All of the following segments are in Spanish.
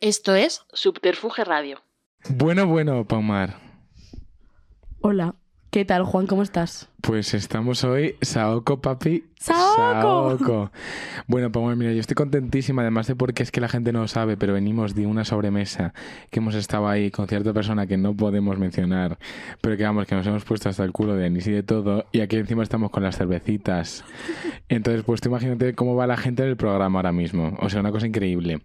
Esto es Subterfuge Radio. Bueno, bueno, Paumar. Hola, ¿qué tal Juan? ¿Cómo estás? Pues estamos hoy, Saoko, papi. ¡Saoko! Saoko. Bueno, Paumar, mira, yo estoy contentísima, además de porque es que la gente no lo sabe, pero venimos de una sobremesa que hemos estado ahí con cierta persona que no podemos mencionar, pero que vamos, que nos hemos puesto hasta el culo de anís y de todo, y aquí encima estamos con las cervecitas. Entonces, pues tú imagínate cómo va la gente en el programa ahora mismo. O sea, una cosa increíble.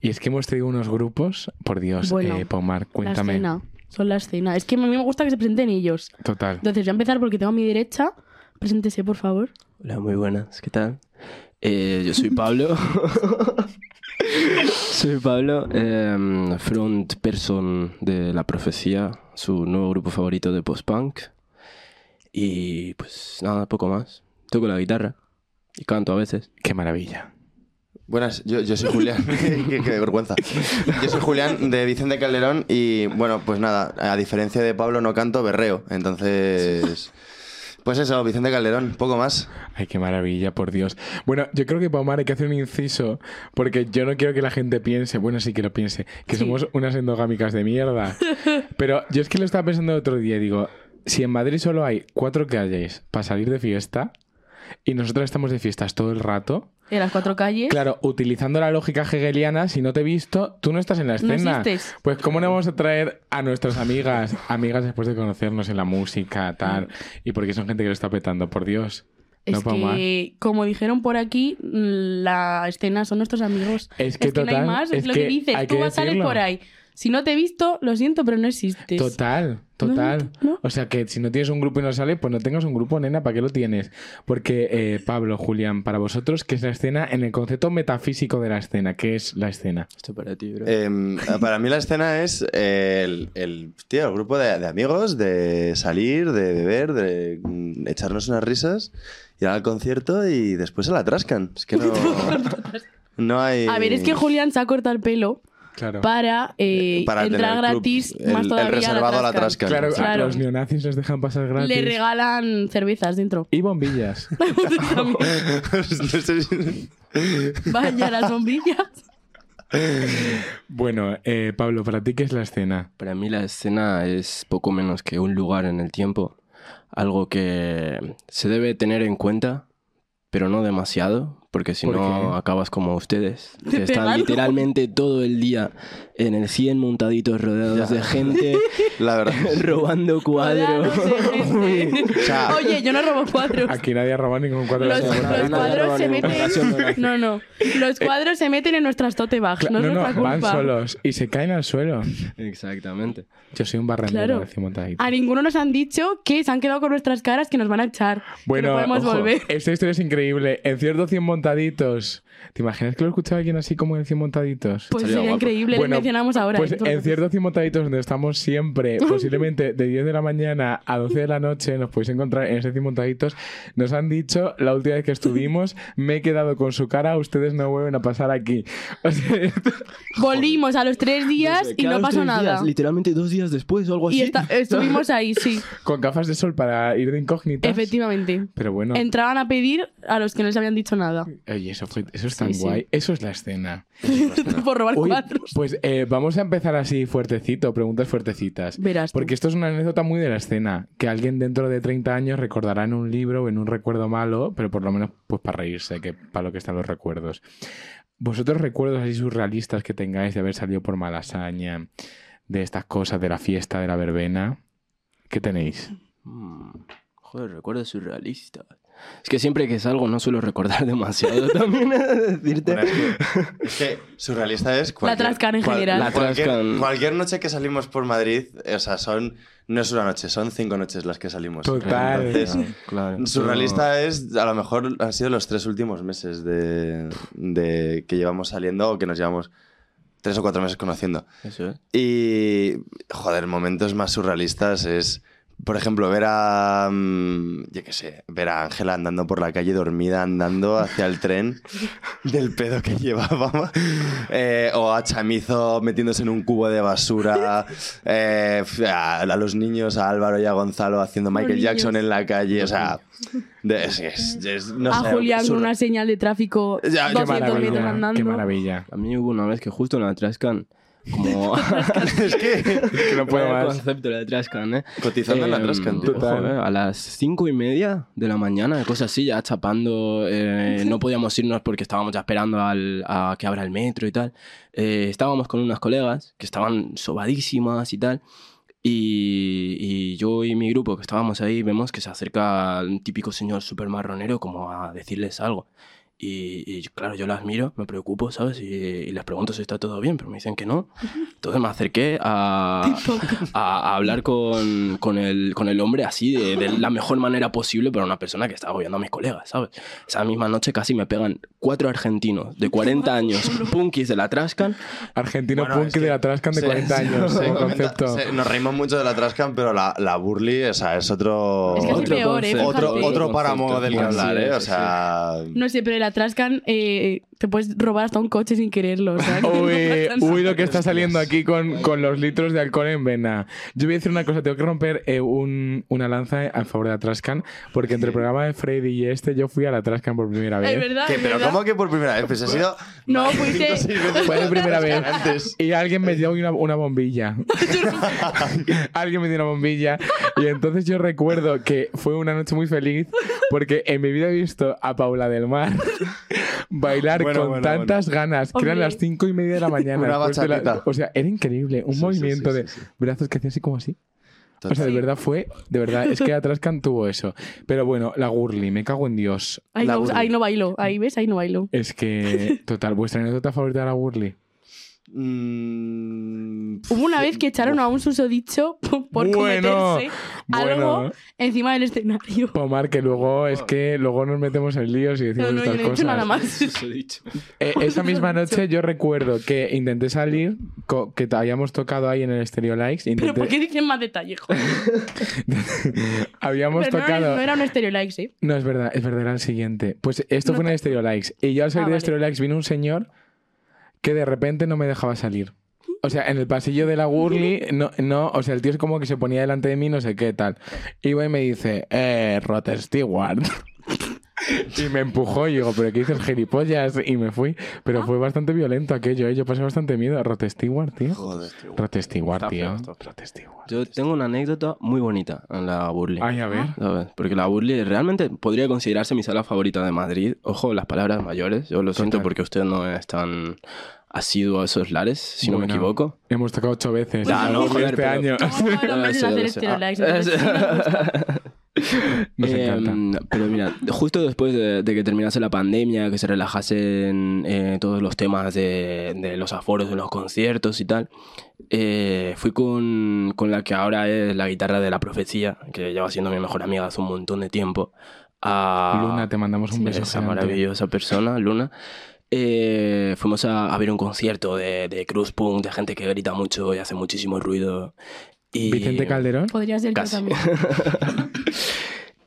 Y es que hemos tenido unos grupos, por Dios, Bueno, eh, Paumar, La cuéntame. escena. Son la escena. Es que a mí me gusta que se presenten ellos. Total. Entonces voy a empezar porque tengo a mi derecha. Preséntese, por favor. Hola, muy buenas, ¿qué tal? Eh, yo soy Pablo. soy Pablo, em, front person de La Profecía, su nuevo grupo favorito de post-punk. Y pues nada, poco más. Toco la guitarra y canto a veces. Qué maravilla. Buenas, yo, yo soy Julián. qué, qué vergüenza. Yo soy Julián de Vicente Calderón y bueno, pues nada, a diferencia de Pablo no canto berreo. Entonces, pues eso, Vicente Calderón, poco más. Ay, qué maravilla, por Dios. Bueno, yo creo que Paumar hay que hacer un inciso, porque yo no quiero que la gente piense, bueno, sí que lo piense, que Sí. somos unas endogámicas de mierda. Pero yo es que lo estaba pensando el otro día, y digo, si en Madrid solo hay cuatro calles para salir de fiesta, y nosotros estamos de fiestas todo el rato, De las cuatro calles. claro, utilizando la lógica hegeliana, si no te he visto, tú no estás en la No escena. existes. Pues cómo no vamos a traer a nuestras amigas, amigas después de conocernos en la música, tal, y porque son gente que lo está petando, por Dios. No, Mm. Es Paumar. que, como dijeron por aquí, mm, la escena son nuestros amigos. Es que, total, no hay más, es, lo que, dices. hay Tú que vas a salir decirlo. por ahí. Si no te he visto, lo siento, pero no existes. Total, total. No, no. O sea que si no tienes un grupo y no sale, pues no tengas un grupo, nena, ¿para qué lo tienes? Porque, eh, Pablo, Julián, para vosotros, ¿qué es la escena en el concepto metafísico de la escena? ¿Qué es la escena? Esto para ti, bro. Em, para mí la escena es eh, el, el- tío, el grupo de, de amigos, de salir, de beber, de mm, echarnos unas risas, ir al concierto y después se la trascan. Es que no, no hay... A ver, es que Eh, Julián se ha cortado el pelo Claro. para, eh, para entrar tener el club, gratis el- más el todavía a la reservado a la Trascan. Trascan. Claro, Claro. a los neonazis nos dejan pasar gratis. Le regalan cervezas dentro. y bombillas. No sé si- Vaya las bombillas. bueno, eh, Pablo, ¿para ti qué es la escena? Para mí la escena es poco menos que un lugar en el tiempo, algo que se debe tener en cuenta, pero no demasiado, porque si ¿Por no qué? acabas como ustedes, Te que están pegan. literalmente todo el día en el 100 montaditos rodeados de gente, La verdad. robando cuadros. O sea, Oye, yo no robo cuadros. Aquí nadie ha robado ningún cuadro de Los, la Semana los Santa. cuadros se No, no, no, no, no, meten. No, no. Los cuadros se meten en nuestras tote bags. Cla- No es no, nuestra no, van culpa. solos y se caen al suelo. Exactamente. Yo soy un barrendero, Claro. decimos ahí. A ninguno nos han dicho que se han quedado con nuestras caras que nos van a echar. Bueno, que no podemos ojo, volver. esta historia es increíble. En cierto 100 montaditos. ¿Te imaginas que lo escuchaba alguien así como en 100 montaditos? Pues Estaría sería guapo. increíble. Bueno, les mencionamos ahora. Pues entonces. en ciertos cimotaditos donde estamos siempre, posiblemente de 10 de la mañana a 12 de la noche, nos podéis encontrar en ese cimotaditos. Nos han dicho la última vez que estuvimos, me he quedado con su cara, ustedes no vuelven a pasar aquí. O sea, Volvimos a los tres días y no pasó nada. literalmente dos días después o algo así. Y esta- estuvimos ahí, sí, con gafas de sol para ir de incógnitas. efectivamente. Pero bueno, Entraban a pedir a los que no les habían dicho nada. oye, eso, fue, eso es tan Sí, sí. guay. Eso es la escena. Por robar Uy, cuadros. pues eh, vamos a empezar así fuertecito, preguntas fuertecitas. Verás. tú. Porque esto es una anécdota muy de la escena, que alguien dentro de 30 años recordará en un libro o en un recuerdo malo, pero por lo menos pues para reírse, que para lo que están los recuerdos. ¿Vosotros recuerdos así surrealistas que tengáis de haber salido por malasaña, de estas cosas, de la fiesta, de la verbena? ¿Qué tenéis? Mm, Joder, recuerdos surrealistas. Es que siempre que salgo no suelo recordar demasiado también, he de decirte. bueno, es, que, es que surrealista es cualquier, trascan en cual- general. La cualquier, trascan. cualquier noche que salimos por Madrid, eh, o sea, son no es una noche, son cinco noches las que salimos. Total. Entonces, Claro. surrealista es a lo mejor han sido los tres últimos meses de, de que llevamos saliendo o que nos llevamos tres o eh. cuatro meses conociendo. Eso es. Y joder, momentos más surrealistas es Por ejemplo, ver a. mm, Yo qué sé, ver a Ángela andando por la calle dormida, andando hacia el tren del pedo que llevaba. Eh, o a Chamizo metiéndose en un cubo de basura. eh, a, a los niños, a Álvaro y a Gonzalo haciendo Michael niños. Jackson en la calle. O sea, de- es, es- es- no a sé, Julián con absurdo. una señal de tráfico Ya, qué 200 metros maravilla, andando. qué maravilla. A mí hubo una vez que justo en la Trascan, como... Es que. Que no puedo Vaya más. concepto la Trascan, ¿eh? Cotizando en la Eh, Trascan, tío. ojo, eh, a las cinco y media de la mañana, cosas así, ya chapando. eh, no podíamos irnos porque estábamos ya esperando al- a que abra el metro y tal. Eh, estábamos con unas colegas que estaban sobadísimas y tal. Y, y yo y mi grupo que estábamos ahí vemos que se acerca un típico señor súper marronero como a decirles algo. Y, y yo, claro, yo las miro, me preocupo, ¿sabes? Y, y les pregunto si está todo bien, pero me dicen que no. Entonces me acerqué a, a, a hablar con, con el, con el hombre así de, de la mejor manera posible para una persona que estaba agobiando a mis colegas, ¿sabes? Esa misma noche casi me pegan cuatro argentinos de 40 años, punkis de la Trascan. Argentino Bueno, punk es que de la Trascan de se- 40 años, se en comenta- concepto. se- nos reímos mucho de la Trascan, pero la, la Burly, o sea, es otro. Es que es otro, peor, ¿eh? concepto, otro, fíjate. otro páramo concepto. del que Así hablar, ¿eh? es, O sí. sea. No sé, pero la Trascan eh, te puedes robar hasta un coche sin quererlo. o sea, que Uy, no pasa uy, nada. lo que está saliendo aquí con, con los litros de alcohol en vena. Yo voy a decir una cosa, tengo que romper eh, un- una lanza a favor de la Trascan, porque entre el programa de Freddy y este yo fui a la Trascan por primera Es vez. verdad. que- es pero verdad. ¿cómo que por primera vez? Pues ha sido. No, pues más de fuiste- cinco o seis veces Fue la primera vez. Antes. Y alguien me dio una, una bombilla. alguien me dio una bombilla. Y entonces yo recuerdo que fue una noche muy feliz porque en mi vida he visto a Paula del Mar bailar Bueno, con bueno, tantas ganas, que eran Hombre. las cinco y media de la mañana. Una después de la- bachatita. o sea, era increíble. Un Sí, sí, movimiento sí, de sí, sí. brazos que hacía así como así. O sea, de Sí. verdad fue, de verdad, es que Atrascan tuvo eso. Pero bueno, la Gurli, me cago en Dios. Ahí La no, Burly. ahí no bailo. Ahí ves, ahí no bailo. Es que, total, vuestra anécdota favorita de la Gurli. Mm, pf, Hubo una vez que echaron a un susodicho por por Bueno, cometerse algo Bueno, encima del escenario. Pomar, que luego es que luego nos metemos en líos y decimos No, no, yo estas no he cosas. hecho nada más. Eso he dicho. Eh, esa misma noche yo recuerdo que intenté salir, co- que te habíamos tocado ahí en el Stereo Likes. Pero intenté- ¿por qué dicen más detalles? joder? Habíamos Pero no, tocado. no era un estereolikes, ¿eh? No, es verdad, es verdad, era el siguiente. Pues esto No fue en el Stereo Likes. Y yo al salir Ah, de vale. Stereo Likes vino un señor que de repente no me dejaba salir. O sea, en el pasillo de la Gurli, no, no, o sea, el tío es como que se ponía delante de mí, no sé qué tal. Y va y me dice, eh, Rod Stewart. Y me empujó y digo, pero ¿qué dices, gilipollas? Y me fui. Pero fue bastante violento aquello, ¿eh? Yo pasé bastante miedo. Rod Stewart, tío. Joder, tío. Rod Stewart, Está feo, tío. está feo. Rod Stewart. Yo tengo una anécdota muy bonita en la Burley. Ay, a ver. ¿sabes? Porque la Burley realmente podría considerarse mi sala favorita de Madrid. Ojo, las palabras mayores. Yo lo siento porque ustedes no están asiduos a esos lares, si no me Bueno, equivoco. Hemos tocado ocho veces. en Ya, la no, Gurli joder, este pero- año. No, Ah, no, no, Ah, Lo no, sé, lo hacer este sé. estereolikes, Ah, entonces sí, no, pues, Nos Em, Eh, encanta. Pero mira, justo después de, de que terminase la pandemia, que se relajasen eh, todos los temas de, de los aforos de los conciertos y tal, eh, fui con, con la que ahora es la guitarra de la profecía, que lleva siendo mi mejor amiga hace un montón de tiempo. ah, A, Luna, te mandamos un Sí, beso. Esa gigante. maravillosa persona, Luna. Eh, fuimos a, a ver un concierto de, de Cruz Punk, de gente que grita mucho y hace muchísimo ruido. Y... Vicente Calderón. Podría ser yo Casi. también.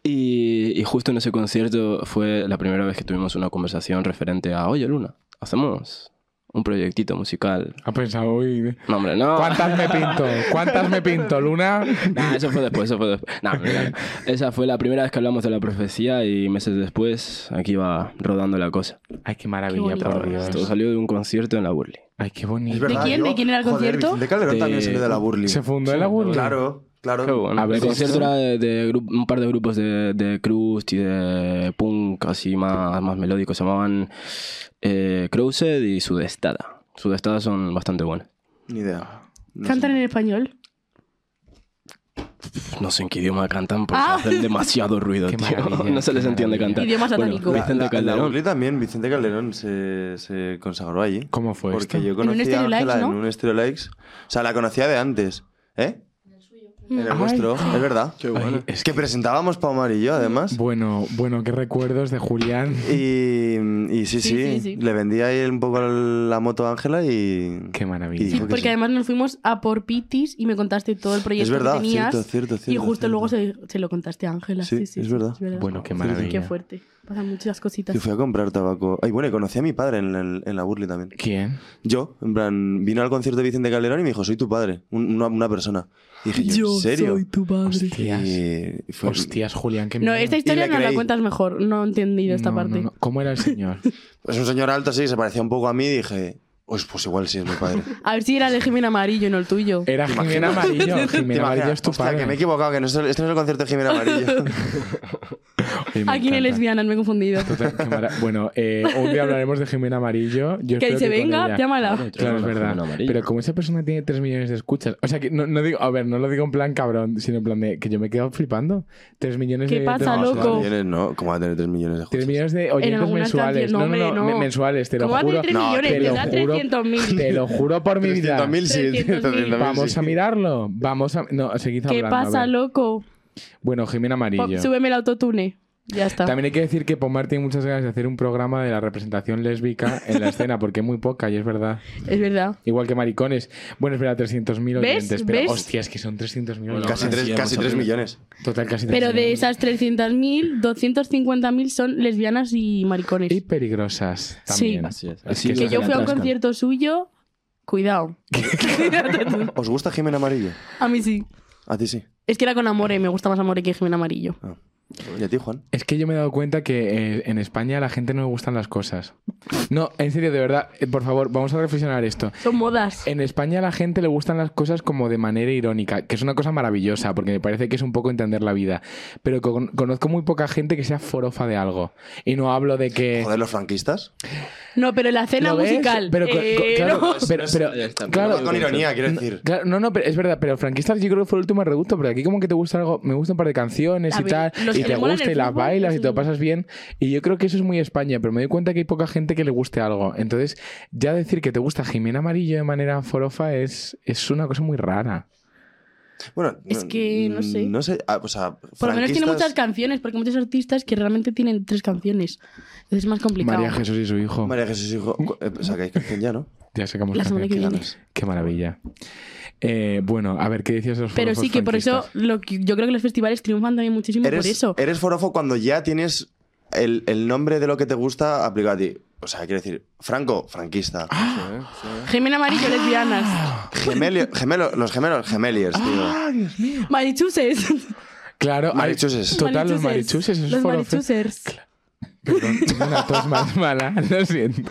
y, y justo en ese concierto fue la primera vez que tuvimos una conversación referente a, oye Luna, hacemos un proyectito musical. Ha pensado, uy, No, hombre, no. Ah. ¿cuántas me pinto? ¿Cuántas me pinto, Luna? Nah, eso fue después, eso fue después. Nah, mira, esa fue la primera vez que hablamos de la profecía y meses después aquí va rodando la cosa. Ay, qué Qué maravilla, bonito. por Todo Dios. salió de un concierto en la Burley. Ay, qué Es bonito. verdad, quién? yo- ¿De quién era el joder, concierto? Vicente Calderón De- también salió de la Burly. ¿Se fundó el Agurli? Claro, claro. Qué bueno. A ver, el concierto esto- era de, de gru- un par de grupos de, de crust y de punk así más, más melódicos. Se llamaban eh, Crowsed y Sudestada. Sudestada son bastante buenas. Ni idea. No Cantan sé. en español. No sé en qué idioma cantan porque Ah. hacen demasiado ruido, Qué tío. maravilla, No se les qué entiende maravilla. cantar. Idioma satánico. Bueno, La, Vicente la- la Calderón. Burly también, Vicente Calderón se, se consagró allí. ¿Cómo fue Porque esto? yo un conocí a Stereo Likes, Ángela ¿no? en un Stereo Likes. O sea, la conocía de antes. ¿Eh? En el Ay. vuestro, es verdad. Qué bueno. Es que presentábamos Paumar y yo, además. Bueno, bueno, qué recuerdos de Julián. Y, y sí, sí, Sí, sí, sí. le vendí ahí un poco la moto a Ángela y... Qué Y maravilla. dijo que porque sí. además nos fuimos a por Pitis y me contaste todo el proyecto Es verdad, que tenías. cierto, cierto, cierto. y justo cierto. luego se, se lo contaste a Ángela. Sí, Sí, sí, es sí, verdad. Bueno, qué Qué maravilla. fuerte. Pasan muchas cositas. Que fui a comprar tabaco. Ay, bueno, y conocí a mi padre en, el- en la Burly también. ¿Quién? Yo, en plan, vino al concierto de Vicente Calderón y me dijo, soy tu padre, un- una, una persona. Y dije, yo, ¿en serio? soy tu padre. Hostias. Y fue- Hostias, Julián, qué No, miedo. esta Y historia le no la creí. cuentas mejor. No he entendido esta No, no, parte. no. ¿Cómo era el señor? Es Pues un señor alto así, que se parecía un poco a mí y dije, pues, pues igual sí es mi padre. A ver si era el de Jimena Amarillo y no el tuyo. Era Jimena Amarillo. ¿Te Jimena imaginas? Amarillo es tu Hostia, padre. que me he equivocado, que no es el- este no es el concierto de Jimena Amarillo. Oye, me Aquí en encanta. el lesbiana, me he confundido. Total, qué mara- Bueno, eh, un día hablaremos de Jimena Amarillo. Yo Que espero se con venga, ella- llámala. Claro, es verdad. Pero como esa persona tiene 3 millones de escuchas, o sea, que no, no digo, a ver, no lo digo en plan cabrón, sino en plan de que yo me he quedado flipando. 3 millones ¿Qué de pasa, oyentes No, loco? mensuales. tres millones no, ¿cómo va a tener 3 millones de 3 escuchas? millones de oyentes algunas mensuales. canciones- no, No, no, no, hombre, no. me- mensuales, te lo ¿Cómo va a juro. tener 3 No, millones? te Te lo da juro. 300.000. Te lo juro por mi vida. 300.000, sí, 300.000. 300.000, Vamos sí. a mirarlo. Vamos a. No, seguid ¿Qué hablando. a pasa, ver. loco? Bueno, Jimena Pop, Amarillo. súbeme el autotune. Ya está. También hay que decir que Pomar tiene muchas ganas de hacer un programa de la representación lésbica en la escena, porque es muy poca y es verdad. Es verdad. Igual que maricones. Bueno, espera, 300.000 ¿Ves? oyentes. Pero, ¿Ves? hostia, es que son 300.000 Bueno, oyentes. Casi Ahora sí, 3, vamos casi a tres ver. millones. Total, casi Pero 300.000. de esas 300.000, 250.000 son lesbianas y maricones. Y peligrosas Sí. también. Así es. que Así eso que es. yo fui a un Atrascan. concierto suyo. Cuidado. ¿Os gusta Jimena Amarillo? A mí sí. A ti sí. Es que era con Amore, me gusta más Amore que Jimena Amarillo. ¿Y a ti, Juan? Es que yo me he dado cuenta que eh, en España a la gente no le gustan las cosas. No, en serio, de verdad, eh, por favor, vamos a reflexionar esto. Son modas. En España a la gente le gustan las cosas como de manera irónica, que es una cosa maravillosa, porque me parece que es un poco entender la vida. Pero con- conozco muy poca gente que sea forofa de algo. Y no hablo de que... Joder, los franquistas. No, pero la cena ¿Lo ves? musical. Pero, co- co- eh, claro, no. pero- pero- Ya está, claro, pero- Con ironía, quiero No, decir. claro, no, no, pero es verdad, pero franquistas yo creo que fue el último reducto, porque aquí como que te gusta algo, me gusta un par de canciones A y ver, tal, los y que te le molan gusta y el las fútbol, bailas y eso te lo sí. pasas bien, y yo creo que eso es muy España, pero me doy cuenta que hay poca gente que le guste algo. Entonces, ya decir que te gusta Jimena Amarillo de manera forofa es, es una cosa muy rara. Bueno, Es que no sé. No sé, ah, o sea, Por lo menos tiene franquistas- muchas canciones, porque hay muchos artistas que realmente tienen tres canciones. Entonces es más complicado. María Jesús y su hijo. María Jesús, hijo. eh, O sea, que hay canción ya, ¿no? Ya sacamos La canción. semana que Qué viene. ganas. Qué maravilla. Eh, bueno, a ver, ¿qué decías de los Pero forofos sí que por eso franquistas? lo que- yo creo que los festivales triunfan también muchísimo Eres, Mm, por eso. eres forofo cuando ya tienes el, el nombre de lo que te gusta aplicado a ti. O sea, quiero decir, Franco, franquista. Ah, Jimena Amarillo, Ah. lesbianas. Gemelio, gemelo, los gemelos, gemeliers, Ah, tío. Marichuses. Claro, hay- Marichuses. Total, los marichuses. ¿eh? es Los forofo- marichusers. Perdón, tengo una tos más mala, lo siento.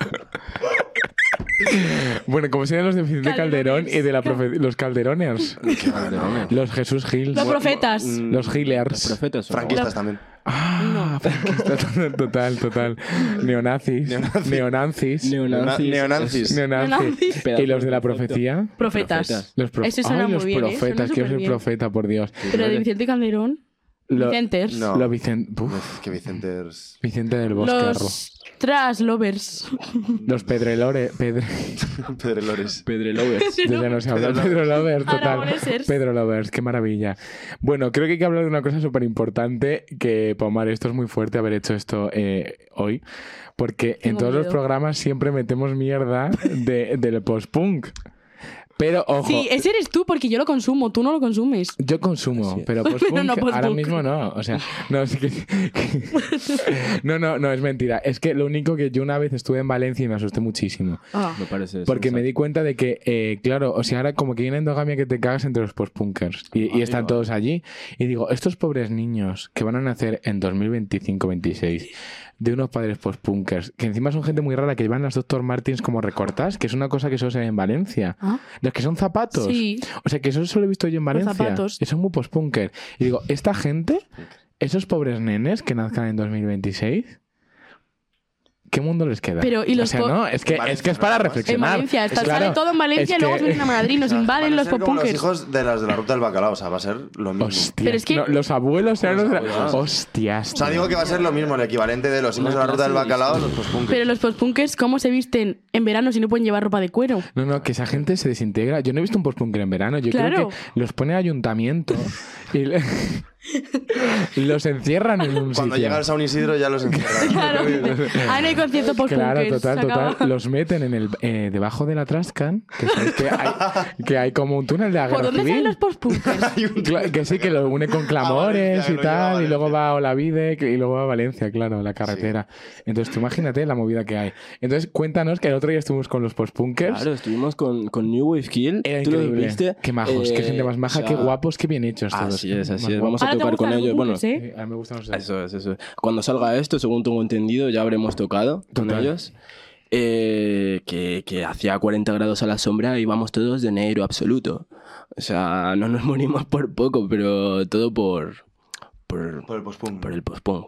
Bueno, como serían los de Vicente Calderón Calderones. y de la profe- los Calderoners, Qué madre, ¿no? los Jesús Hills, Los profetas. Mm, los Healers. Profetas son Franquistas también. Ah, franquista, total, total. Neonazis, neonancis, Neonazis. Neonazis. neonazis. Neonazis. ¿Y los de la profecía? Profetas. Profetas. Los, prof- Eso suena Ay, muy los bien, ¿eh? Suena profetas, quiero ser superbién. profeta, por Dios. Pero de Vicente Calderón. Lo- Vicenters. No. Lo Vicente, Uf, que Vicente es- Vicente del Bosque, Arro. Los trash lovers. los pedrelores, pedre- Pedrelores. Pedrelovers. Yo ya no sé hablar. Pedro Pedro Lovers, total. Aragonesers. Pedro Lovers, qué maravilla. Bueno, creo que hay que hablar de una cosa súper importante que, Pomar, esto es muy fuerte haber hecho esto eh, hoy, porque en Tengo todos los miedo. programas siempre metemos mierda de, del post-punk. Pero, ojo, Sí, ese eres tú, porque yo lo consumo, tú no lo consumes. yo consumo, Así es. pero Pero post-punk no ahora post-punk. mismo no. O sea, no, sí que- no, no, no, es mentira. Es que lo único que yo una vez estuve en Valencia y me asusté muchísimo. Ah. Me parece eso, Porque un me di cuenta de que, eh, claro, o sea, ahora como que hay una endogamia que te cagas entre los postpunkers y, y Ahí están va. todos allí. Y digo, estos pobres niños que van a nacer en 2025-26 de unos padres postpunkers, que encima son gente muy rara que llevan las Dr. Martins como recortas, que es una cosa que solo se ve en Valencia. Ah. Los que son zapatos. Sí. O sea, que eso solo he visto yo en Valencia. zapatos. Y son muy postpunker. Y digo, esta gente, esos pobres nenes que nazcan en 2026, ¿Qué mundo les queda? Pero, ¿y O los sea, po- no, es que, es que es para En En reflexionar. Valencia, está, Es claro, sale todo en Valencia es y luego que- se vienen a Madrid, nos invaden Ah, Van a los ser como los popuques. hijos de las de la ruta del bacalao, o sea, va a ser lo mismo. Hostia, Pero es que- no, los abuelos eran los... abuelos. Hostias. O sea, digo que va a ser lo mismo, el equivalente de los hijos de la ruta del bacalao, los pues, postpunkers. Pero los postpunkers, ¿cómo se visten en verano si no pueden llevar ropa de cuero? No, no, que esa gente se desintegra. Yo no he visto un postpunker en verano. Yo creo Claro. que los pone ayuntamiento y le- los encierran en un sitio. Cuando llega el San Isidro ya los encierran. Claro. Ahí Ah, no hay concierto postpunkers. Claro, se total, acaba. total. Los meten en el eh, debajo de la Trascan, que, sabes que, hay, que hay como un túnel de la ¿Por guerra dónde civil. salen los postpunkers? Hay un- Cla- que sí, que lo une Ah, con clamores Valencia, y que lo lleva a tal, y Valencia. luego va a Olavide que- y luego va a Valencia, claro, la carretera. Entonces, tú imagínate la movida que hay. Entonces, cuéntanos que el otro día estuvimos con los postpunkers. Claro, estuvimos con, con New Wave Kill. Era ¿Tú los increíble. viste? Qué majos, qué Eh, gente más maja, o sea, qué guapos, qué bien hechos todos. Así es, Más así es. guapos. Vamos a Ahora te tocar con gustan los ellos. Bueno, postpunkers, ¿eh? Sí, a mí me gustan los Eso es, eso es. Cuando salga esto, según tengo entendido, ya habremos tocado con Total. ellos. eh, que, que hacía 40 grados a la sombra y vamos todos de negro absoluto. O sea, no nos morimos por poco, pero todo por, por, Por el postpunk. por el pospón.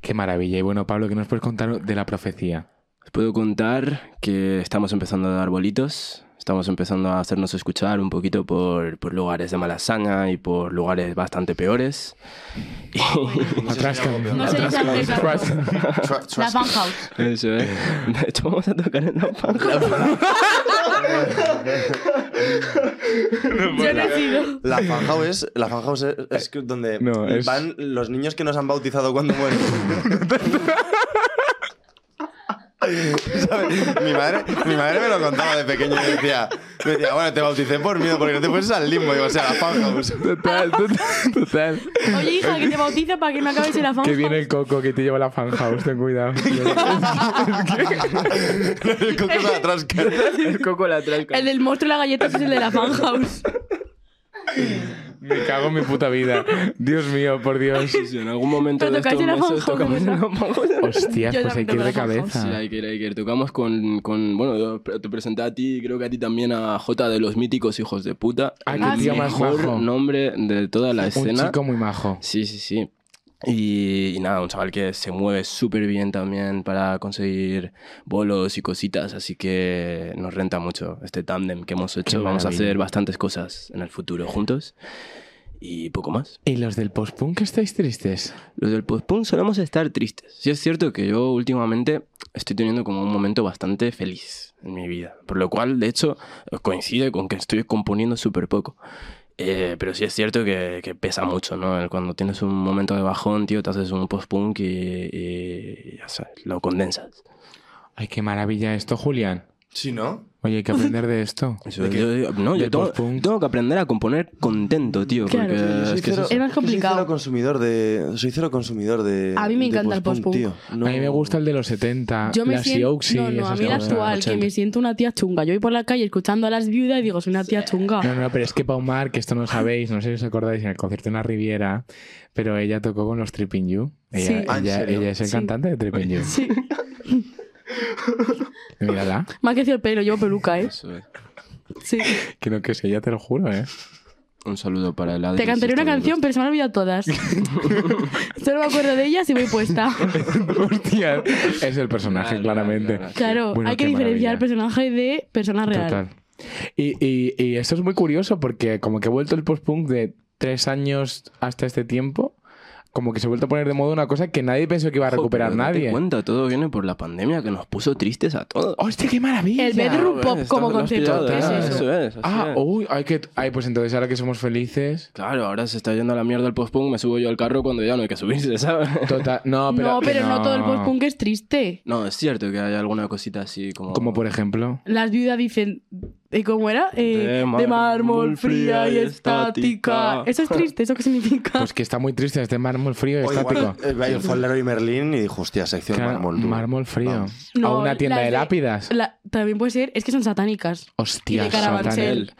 Qué maravilla. Y bueno, Pablo, ¿qué nos puedes contar de la profecía? Os puedo contar que estamos empezando a dar bolitos, estamos empezando a hacernos escuchar un poquito por, por lugares de malasaña y por lugares bastante peores. No sé si hay algo peor. No sé si hay algo peor. Tra- tra- La Fan House. Eso es. De hecho, vamos a tocar en la pancarta. Yo no he sido. La fan house es, la fan house es, es que donde Eh, No, es- van los niños que nos han bautizado cuando mueren. ¿Sabes? Mi, madre, mi madre me lo contaba de pequeño y me decía, me decía, bueno, te bauticé por miedo porque no te fueses al limbo. Digo, o sea, la fan house. Total, total, total. Oye, hija, que te bautizo para que no acabes en la Fan Que House. viene el coco que te lleva la fan house, ten cuidado. El coco se la trasca. El coco la trae. El del monstruo y la galleta es el de la Fan House. Me cago en mi puta vida. Dios mío, por Dios. Sí, sí, en algún momento Pero de estos tocáis en la meses Fan tocamos House, en la ¿verdad? Fan House. Hostias, Yo pues hay también que ir de tengo la fan house. cabeza. Sí, hay que ir, hay que ir. Tocamos con, con- Bueno, yo te presenté a ti, creo que a ti también, a J de los míticos hijos de puta. Ah, El qué tío más mejor majo. nombre de toda la escena. Un chico muy majo. Sí, sí, sí. Y, y nada, un chaval que se mueve súper bien también para conseguir bolos y cositas, así que nos renta mucho este tándem que hemos hecho. Vamos a maravilla. hacer bastantes cosas en el futuro juntos y poco más. ¿Y los del post-punk estáis tristes? Los del postpunk solemos estar tristes. Sí es cierto que yo últimamente estoy teniendo como un momento bastante feliz en mi vida. Por lo cual, de hecho, coincide con que estoy componiendo súper poco. Eh, pero sí es cierto que, que pesa mucho, ¿no? El Cuando tienes un momento de bajón, tío, te haces un postpunk y, y ya sabes, lo condensas. Ay, qué maravilla esto, Julián. Sí, ¿no? Oye, hay que aprender de esto. Yo- yo- no, yo Del tengo, postpunk. tengo que aprender a componer contento, tío. Claro. porque Eh, Yo es que eso es- Es más complicado. Soy cero consumidor de. Soy cero consumidor de. A mí me de encanta el post-punk. tío. No- A mí me gusta el de los 70, Yo me las siento. Yoxi, no, no, a esas mí la cosas. actual, que me siento una tía chunga. Yo voy por la calle escuchando a las viudas y digo, soy una tía chunga. No, no, pero es que Paumar, que esto no sabéis, no sé si os acordáis, en el concierto en la Riviera, pero ella tocó con los Tripping You. Ella, Sí. Ah, ¿en ella, serio? ella es el Sí. cantante de Tripping You. Sí. Mírala. Me ha crecido el pelo, llevo peluca, ¿eh? eso es. Sí. Que no, que sé, ya te lo juro, ¿eh? Un saludo para el Te Adri, cantaré si una está viendo canción, pero se me han olvidado todas. Solo me acuerdo de ellas y voy puesta. Hostia, es el personaje, Claro, claramente. claro, Claro, Bueno, hay que qué diferenciar maravilla. personaje de persona real. Total. Y, y- y esto es muy curioso porque como que ha vuelto el post-punk de tres años hasta este tiempo, como que se ha vuelto a poner de moda una cosa que nadie pensó que iba a Ojo, recuperar pero date nadie. cuenta, todo viene por la pandemia que nos puso tristes a todos. ¡Hostia, qué maravilla! El bedroom pop Está- como lo has concepto. pillado, ¿Qué ¿eh? es eso? Eso es, así Ah, es. uy, hay que... Ay, pues entonces ahora que somos felices... Claro, ahora se está yendo a la mierda el post-punk, me subo yo al carro cuando ya no hay que subirse, ¿sabes? Total, no, pero... no, pero no, todo el post-punk es triste. No, es cierto que hay alguna cosita así como... Como por ejemplo... Las viudas dicen, ¿eh, ¿cómo era? Eh, De de, mármol mármol fría y fría y estática. estática. Eso es triste, ¿eso qué significa? Pues que está muy triste este mármol frío y O igual, estático. eh, vaya, fue al Leroy Merlin y dijo, hostia, sección Claro, mármol. tú. mármol frío. No, a una tienda las de de- lápidas. La- también puede ser, es que son satánicas. Hostia, Y de Carabanchel. Satanel.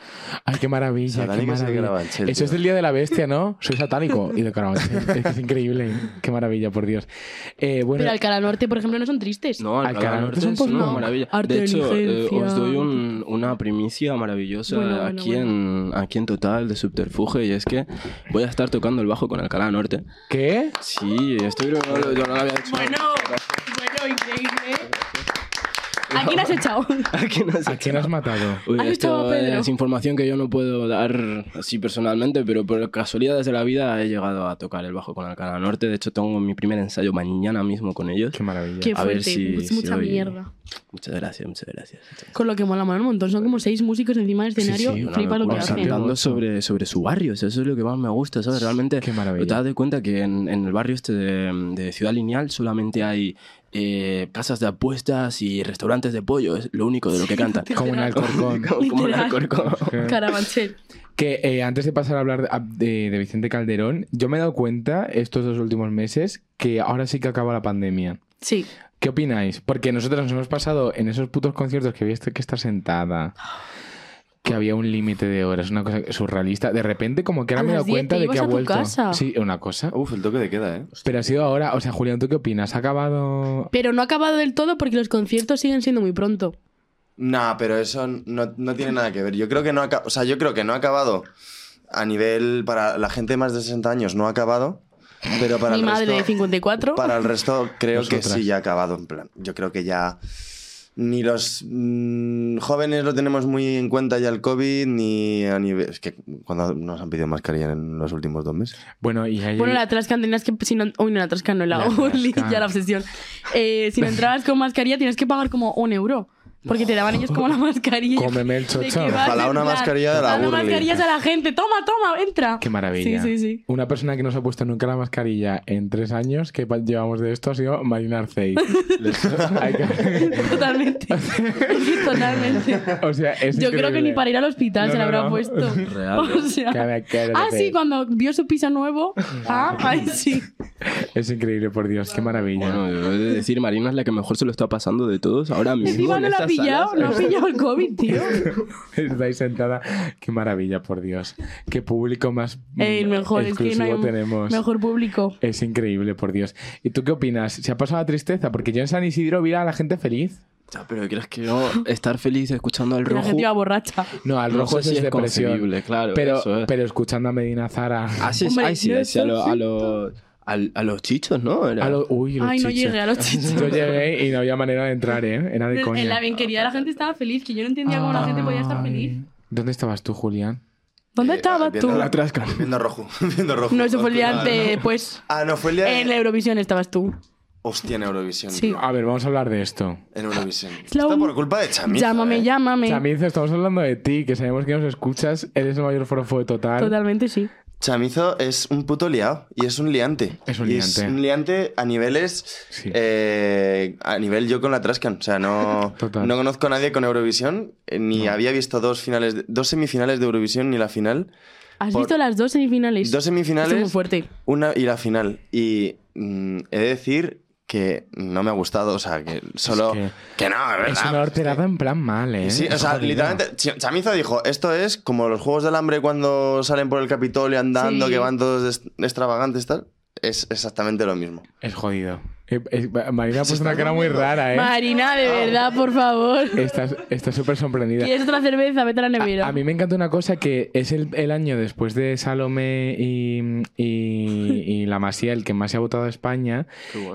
Ay, qué maravilla. qué Satánicas y de maravilla. Carabanchel, Eso tío. es del día de la bestia, ¿no? Soy satánico y de Carabanchel. es, que es increíble. Qué maravilla, por Dios. Eh, bueno, Pero Alcalá Norte, por ejemplo, no son tristes. No, Alcalá Alcalá Norte Norte es un es una post-punk. maravilla. Arte de de hecho, eh, licencia. os doy un- una primicia maravillosa Bueno, bueno, aquí, En, aquí en Total de Subterfuge y es que voy a estar tocando el bajo con Alcalá Norte. ¿qué? Sí, estoy... Yo no lo había hecho. Bueno, bueno, increíble. ¿A quién has echado? ¿A quién has ¿A quién echado? has matado? Uy, ¿Has echado esto a Pedro? es información que yo no puedo dar así personalmente, pero por casualidades de la vida he llegado a tocar el bajo con Alcalá Norte. De hecho, tengo mi primer ensayo mañana mismo con ellos. Qué maravilla. Qué A ver fuerte, si- es si mucha hoy- mierda. Muchas gracias, muchas gracias. Con lo que mola, mola un montón. Son como seis músicos encima del Sí, escenario. sí, Una Flipa lo que locura, hacen. hace. Cantando sobre, sobre su barrio, o sea, eso es lo que más me gusta, ¿sabes? Realmente Qué maravilla. te das de cuenta que en, en el barrio este de, de Ciudad Lineal solamente hay eh, casas de apuestas y restaurantes de pollo, es lo único de lo que cantan. Como en Alcorcón. Como- como en Literal. Alcorcón. Carabanchel. Que eh, antes de pasar a hablar de, a- de- de Vicente Calderón, yo me he dado cuenta estos dos últimos meses que ahora sí que acaba la pandemia. Sí. ¿Qué opináis? Porque nosotros nos hemos pasado en esos putos conciertos que había que estar sentada, que había un límite de horas, una cosa surrealista. De repente, como que ahora A me he las dado 10 cuenta te de que ibas ha a tu vuelto. casa. Sí, una cosa. Uf, el toque de queda, ¿eh? Pero ha sido ahora. O sea, Julián, ¿tú qué opinas? ¿Ha acabado.? Pero no ha acabado del todo porque los conciertos siguen siendo muy pronto. Nah, pero eso no, no tiene nada que ver. Yo creo que no ha, aca- o sea, yo creo que no ha acabado a nivel para la gente más de 60 años no ha acabado, pero para Mi el madre resto, de 54. Para el resto creo que Nosotras. sí ya ha acabado en plan. Yo creo que ya ni los mm, jóvenes lo tenemos muy en cuenta ya el COVID ni a nivel es que cuando nos han pedido mascarilla en los últimos dos meses. Bueno, y ahí. Bueno, la Trascan tenías que. Si no, uy, no, la Trascan no, la La Only, Trascan. ya la obsesión. Eh, si no entrabas con mascarilla, tienes que pagar como un euro. Porque te daban ellos como la mascarilla. Cómeme el De que chocho. vas Ojalá en una plan, mascarilla de la dando Burley. mascarillas a la gente. Toma, toma, entra. Qué maravilla. Sí, sí, sí. Una persona que no se ha puesto nunca la mascarilla en tres años que pa- llevamos de esto ha sido Marina Arcey. Hay que- Totalmente. Totalmente. o sea, es Yo creo que ni increíble. para ir al hospital No, se la no, habrá no. puesto. Real. ¿eh? O sea- Cara, cara, ah, de- sí, cuando vio su piso nuevo. Ah, ay, sí. Es increíble, por Dios, qué maravilla. Bueno, yo he de decir, Marina es la que mejor se lo está pasando de todos ahora mismo. Encima en no lo ha estas pillado, salas. no ha pillado el COVID, tío. Estáis sentada. Qué maravilla, por Dios. Qué público más mm, El mejor, es exclusivo que no hay un tenemos. mejor público. Es increíble, por Dios. ¿Y tú qué opinas? ¿Se ha pasado la tristeza? Porque yo en San Isidro vi a la gente feliz. Ya, Pero crees que no estar feliz escuchando al La rojo. gente iba borracha. No, al no rojo sé eso si es es depresión. concebible, claro. pero, eso es. pero escuchando a Medina Zara. Así es, Hombre, ay, sí, no así a, lo- a los- al- a los chichos, ¿no? Era- a lo- uy, los Ay, no chiches. llegué a los chichos. Yo llegué y no había manera de entrar, ¿eh? Era de coña. En la bienquería la gente estaba feliz, que yo no entendía cómo la gente podía estar Ay. feliz. ¿Dónde estabas tú, Julián? ¿Dónde Eh, estabas viendo tú? la tra- Trascan. Viendo rojo, viendo rojo. No, eso fue el día Ah, no. antes, pues. Ah, no, fue el día En la Eurovisión estabas tú. Hostia, en Eurovisión. Sí. tío. A ver, vamos a hablar de esto. En Eurovisión. la Está un- por culpa de Chamizo. Llámame, eh. llámame. Chamizo, estamos hablando de ti, que sabemos que nos escuchas. Eres el mayor forofo de total. Totalmente sí. Chamizo es un puto liado y es un liante. Es un Y liante. es un liante a niveles. Sí. eh, a nivel yo con la Trascan. O sea, no, Total. no conozco a nadie con Eurovisión. eh, Ni había visto dos finales, de- dos semifinales de Eurovisión ni la final. ¿Has Por- visto las dos semifinales? Dos Esto es muy semifinales, fuerte. una y la final. Y mm, he de decir que no me ha gustado. O sea, que solo. que- que... no, es verdad. Es una horterada en plan mal, ¿eh? Sí, o sea, Jodido. literalmente, Ch- Chamizo dijo, esto es como los Juegos del Hambre cuando salen por el Capitolio andando, Sí. que van todos des- extravagantes, tal. Es exactamente lo mismo. Es jodido. Eh, eh, Marina ha puesto una cara muy rara, ¿eh? Marina, de Ah, verdad, por favor. Está está súper sorprendida. ¿Quieres otra cerveza? Vete a la nevera. A, a mí me encanta una cosa que es el, el año después de Salomé y, y, y La Masía, el que más se ha votado a España,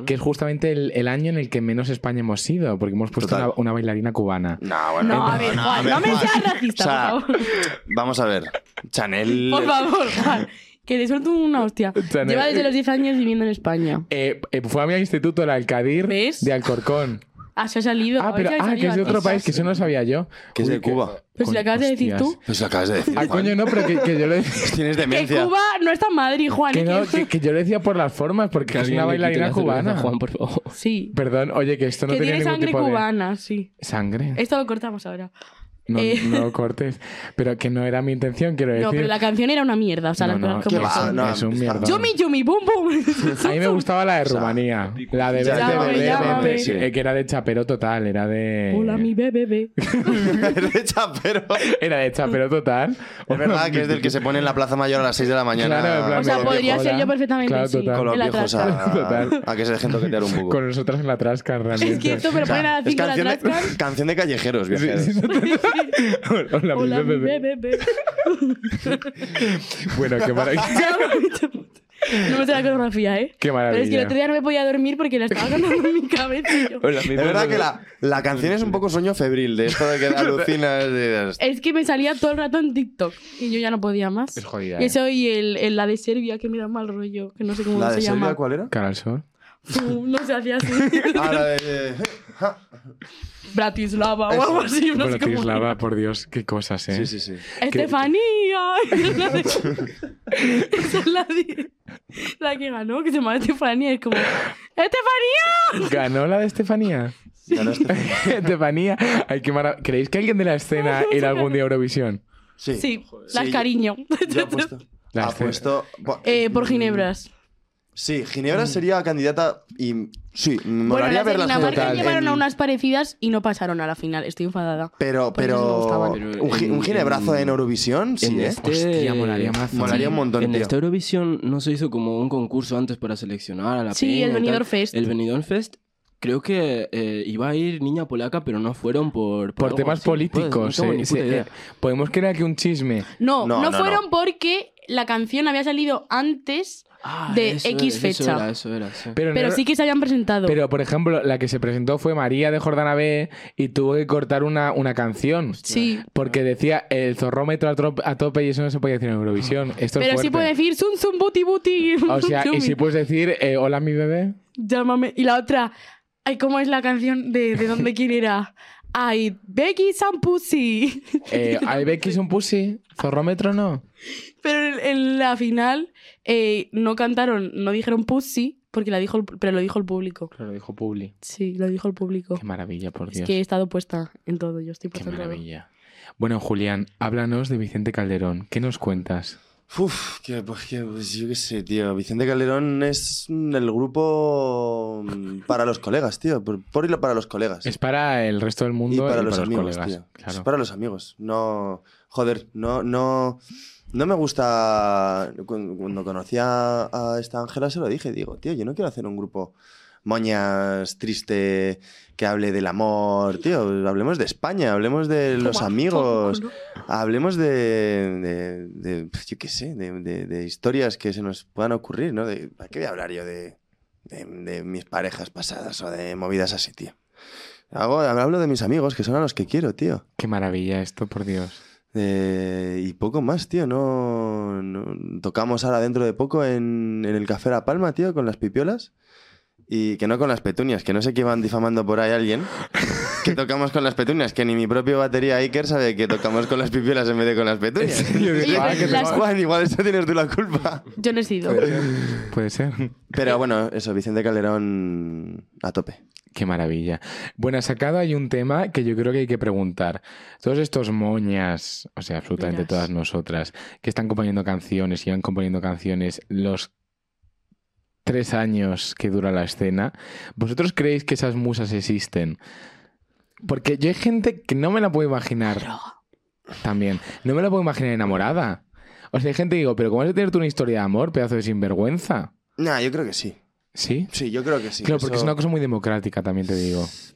que es justamente el, el año en el que menos España hemos sido, porque hemos puesto Total. una, una bailarina cubana. No, bueno. No, a ver, Juan, no me Juan. seas racista, O sea, por favor. Vamos a ver. Chanel... Por favor, Juan. Que te suelto una hostia. Chanel. Lleva desde los 10 años viviendo en España. Eh, eh, fue a mi instituto, el Alcadir ¿Ves? de Alcorcón. Ah, se ha salido. Ah, A ver pero si ha ah, salido que es de otro antes. país, que eso no lo sabía yo. Que es Uy, de Cuba. Pero si lo Pues acabas de decir Hostias. tú. Pues lo acabas de decir, Ah, Juan. coño, no, pero que, que yo le Tienes Que demencia. Cuba no está en Madrid, Juan. que y no, que- que- que yo le decía por las formas, porque es una bailarina cubana. Juan, por favor. Sí. Perdón, oye, que esto no que tenía tiene ningún sangre tipo de- cubana, sí. ¿Sangre? Esto lo cortamos ahora. No, Eh. no lo cortes. Pero que no era mi intención, quiero decir. No, pero la canción era una mierda. O sea, No, las no, cosas que como va, son. no, es un está- mierda. Yumi, yumi, bum, bum. A mí me gustaba la de Rumanía. La de Llámame, Verde, llámame. Verde, sí, eh, que era de chapero total, era de... Hola, mi bebé. bebé. de chapero. Era de chapero total. Es verdad que es del que se pone en la Plaza Mayor a las 6 de la mañana. Claro, en plan, O sea, Hola, podría hola. ser yo perfectamente, Claro, sí. total. Con los En la viejos tasca. a, Total. a que se dejen toquetear un poco. Con nosotras en la trasca, realmente. Es que esto me lo O sea, ponen a las es 5 de canción la de, tarde. canción de callejeros, viajeros. Sí, sí, total. Hola, mi Hola, mi bebé. bebé. bebé. Bueno, qué maravilla. No me sé la coreografía, ¿eh? Qué maravilla. Pero es que el otro día no me podía dormir porque la estaba cantando en mi cabeza. y yo- Hola, mi Es verdad perro- que la, la canción es un poco sueño febril, de esto de que alucinas. de- Es que me salía todo el rato en TikTok y yo ya no podía más. Es jodida. Y ¿eh? eso y el, el- la de Serbia que me da mal rollo, que no sé cómo ¿La se de llama. Serbia cuál era? eh. Cara al sol. Fu, no se hacía así. Ah, la de. Bratislava o algo así, no sé cómo. Bratislava, por Dios, qué cosas, ¿eh? Sí, sí, sí. Estefanía. Esa es la, de- la que ganó, que se llama Estefanía. Es como, ¡Estefanía! ¿Ganó la de Estefanía? ¿Ganaste? Estefanía. Ay, qué marav- ¿Creéis que alguien de la escena era algún día a Eurovisión? Sí. Sí, las Sí, cariño. Yo apuesto. La Apuesto. bu- Eh, por Ginebras. Sí, Ginebra sería candidata y. Sí, me Bueno, molaría las de verla Dinamarca juntas llevaron en- a unas parecidas y no pasaron a la final. Estoy enfadada. Pero, Porque esos me pero. gustaban. Pero Un, gi- en- un ginebrazo en- en Eurovisión, sí, en ¿eh? este- Hostia, molaría mazo. Molaría un montón, En tío. esta Eurovisión no se hizo como un concurso antes para seleccionar a la Sí, peña el y tal. Benidorm Fest. El Benidorm Fest. Creo que eh, iba a ir niña polaca, pero no fueron por... Por algo temas así. políticos. Pues, no tengo eh, ni sí, puta idea. eh, Podemos crear aquí un chisme. No, No, no, no, fueron no. porque la canción había salido antes, Ah, de eso X era, eso fecha. era, eso era, sí. Pero, no pero era- sí que se habían presentado. pero, por ejemplo, la que se presentó fue María de Jordana B y tuvo que cortar una, una canción. sí. Porque decía el zorrómetro a, trop- a tope y eso no se podía decir en Eurovisión. Esto es Pero sí fuerte. puede decir Sun Sun Buti Buti. O sea, y Chumi. si puedes decir eh, hola mi bebé. Llámame. Y la otra, ay, ¿cómo es la canción de, de dónde quién era? Ay, Becky San Pussy. Eh, ¿Hay Becky un pussy? ¿Zorrómetro no? Pero en, en la final eh, no cantaron, no dijeron Pussy, porque la dijo el- pero lo dijo el público. Claro, dijo Publi. Sí, lo dijo el público. Qué maravilla, por Es Dios. que he estado puesta en todo, yo estoy Qué puesta en todo. maravilla. Bueno, Julián, háblanos de Vicente Calderón. ¿Qué nos cuentas? Uf, que, pues, que, pues, yo qué sé, tío. Vicente Calderón es mm, el grupo mm, para los colegas, tío. Por, por y lo- para los colegas. Es para el resto del mundo y y para los amigos, colegas. tío. Claro. Es para los amigos. No, joder, no, no, no me gusta. Cu- Cuando conocí a, a esta Ángela se lo dije, digo, tío, yo no quiero hacer un grupo moñas triste que hable del amor, tío. Hablemos de España, hablemos de los Toma, amigos, toma, hablemos de, de- de, pf, yo qué sé, de, de- de historias que se nos puedan ocurrir, ¿no? De, ¿Para qué voy a hablar yo de, de- de mis parejas pasadas o de movidas así, tío? Hago, hablo de mis amigos, que son a los que quiero, tío. Qué maravilla esto, por Dios. Eh, y poco más, tío. No, no- tocamos ahora dentro de poco en, en el Café La Palma, tío, con las pipiolas. Y que no con las petunias, que no sé qué van difamando por ahí alguien. Que tocamos con las petunias, que ni mi propio batería Iker sabe que tocamos con las pipiolas en vez de con las petunias. Oye, Ah, pero que te las- va- Juan, igual eso tienes tú la culpa. Yo no he sido. Puede ser. Pero bueno, eso, Vicente Calderón a tope. Qué maravilla. Bueno, sacado hay un tema que yo creo que hay que preguntar. Todos estos moñas, o sea, absolutamente Verás. todas nosotras, que están componiendo canciones, y van componiendo canciones los tres años que dura la escena, ¿vosotros creéis que esas musas existen? Porque yo hay gente que no me la puedo imaginar. También. No me la puedo imaginar enamorada. O sea, hay gente que digo, pero ¿cómo vas a tener tú una historia de amor, pedazo de sinvergüenza? Nah, yo creo que sí. ¿Sí? Sí, yo creo que sí. claro, porque Eso- es una cosa muy democrática, también te digo. Es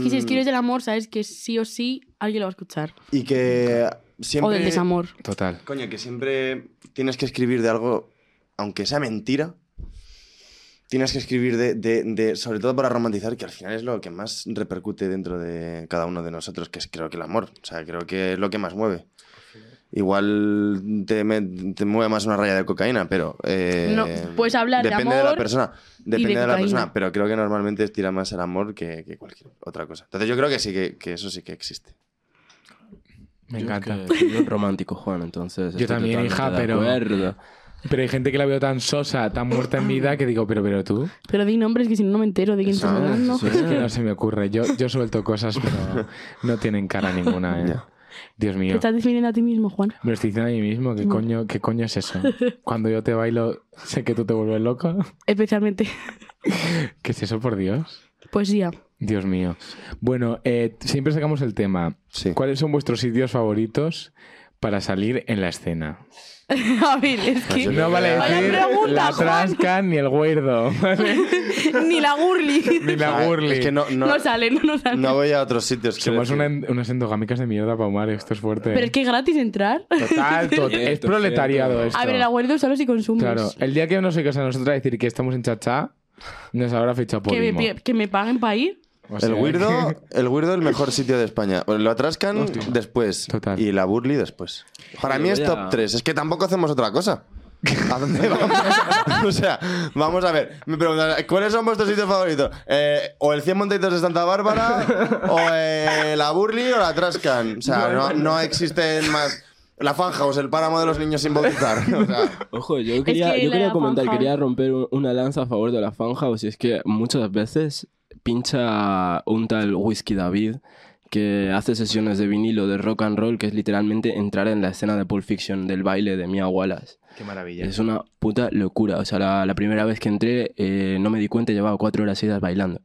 que si Mm, escribes del amor, sabes que sí o sí alguien lo va a escuchar. Y que O siempre. del desamor. Total. Coño, que siempre tienes que escribir de algo, aunque sea mentira, tienes que escribir de, de- de- sobre todo para romantizar, que al final es lo que más repercute dentro de cada uno de nosotros, que es creo que el amor, o sea, creo que es lo que más mueve. Igual te, me- te mueve más una raya de cocaína, pero... eh, No, puedes hablar de Depende de, la amor persona, depende de, la cocaína. persona, pero creo que normalmente estira más el amor que, que cualquier otra cosa. Entonces yo creo que sí, que, que eso sí que existe. Me Yo es encanta. que soy un romántico, Juan, entonces... estoy también, totalmente hija, de pero- acuerdo. Pero hay gente que la veo tan sosa, tan muerta en vida, que digo, pero, pero tú. Pero di nombres que si no, no me entero de quién Eso estás es, hablando. eso Es que no se me ocurre. Yo, yo suelto cosas, pero no tienen cara ninguna, ¿eh? Ya. Dios Te mío. estás definiendo a ti mismo, Juan. Me lo estoy diciendo a mí mismo, ¿qué coño, ¿qué coño es eso? Cuando yo te bailo, sé que tú te vuelves loco. Especialmente ¿Qué es eso, por Dios? poesía. Dios mío. Bueno, eh, siempre sacamos el tema. Sí. ¿Cuáles son vuestros sitios favoritos para salir en la escena. A ver, es Pues yo que creo No vale que- Vaya decir pregunta, la Juan. trasca ni el guirdo, ¿vale? ni la ni Gurli la Ah, burly. Es que no, no, no sale, no nos sale. no voy a otros sitios. quiero Somos decir. una- unas endogámicas de mierda, Paumar, esto es fuerte. ¿eh? Pero es que es gratis entrar. Total, tot- es Cierto, proletariado cierto. esto. A ver, el aguardo solo si consumes. Claro, el día que no se casa nosotros a decir que estamos en chachá, nos habrá fichado por Que me, pi- que me paguen para ir. El weirdo, el weirdo el mejor sitio de España. Bueno, lo atrascan ¿eh? Hostia. después Total. y la Burly después. Para Yo mí voy es a- top 3. Es que tampoco hacemos otra cosa. ¿A dónde vamos? o sea, vamos a ver. Me preguntan, ¿cuáles son vuestros sitios favoritos? Eh, o el 100 Monteitos de Santa Bárbara, o eh, la Burly o la Trascan. O sea, no, no existen más. La Fan House, el páramo de los niños sin bautizar. O sea, Ojo, yo quería, que yo la quería comentar, Funhouse- quería romper un- una lanza a favor de la Funhouse y es que muchas veces pincha un tal Whisky David que hace sesiones de vinilo de rock and roll que es literalmente entrar en la escena de Pulp Fiction del baile de Mia Wallace. qué maravilla. Es una puta locura. O sea, la, la primera vez que entré eh, no me di cuenta y llevaba cuatro horas seguidas bailando.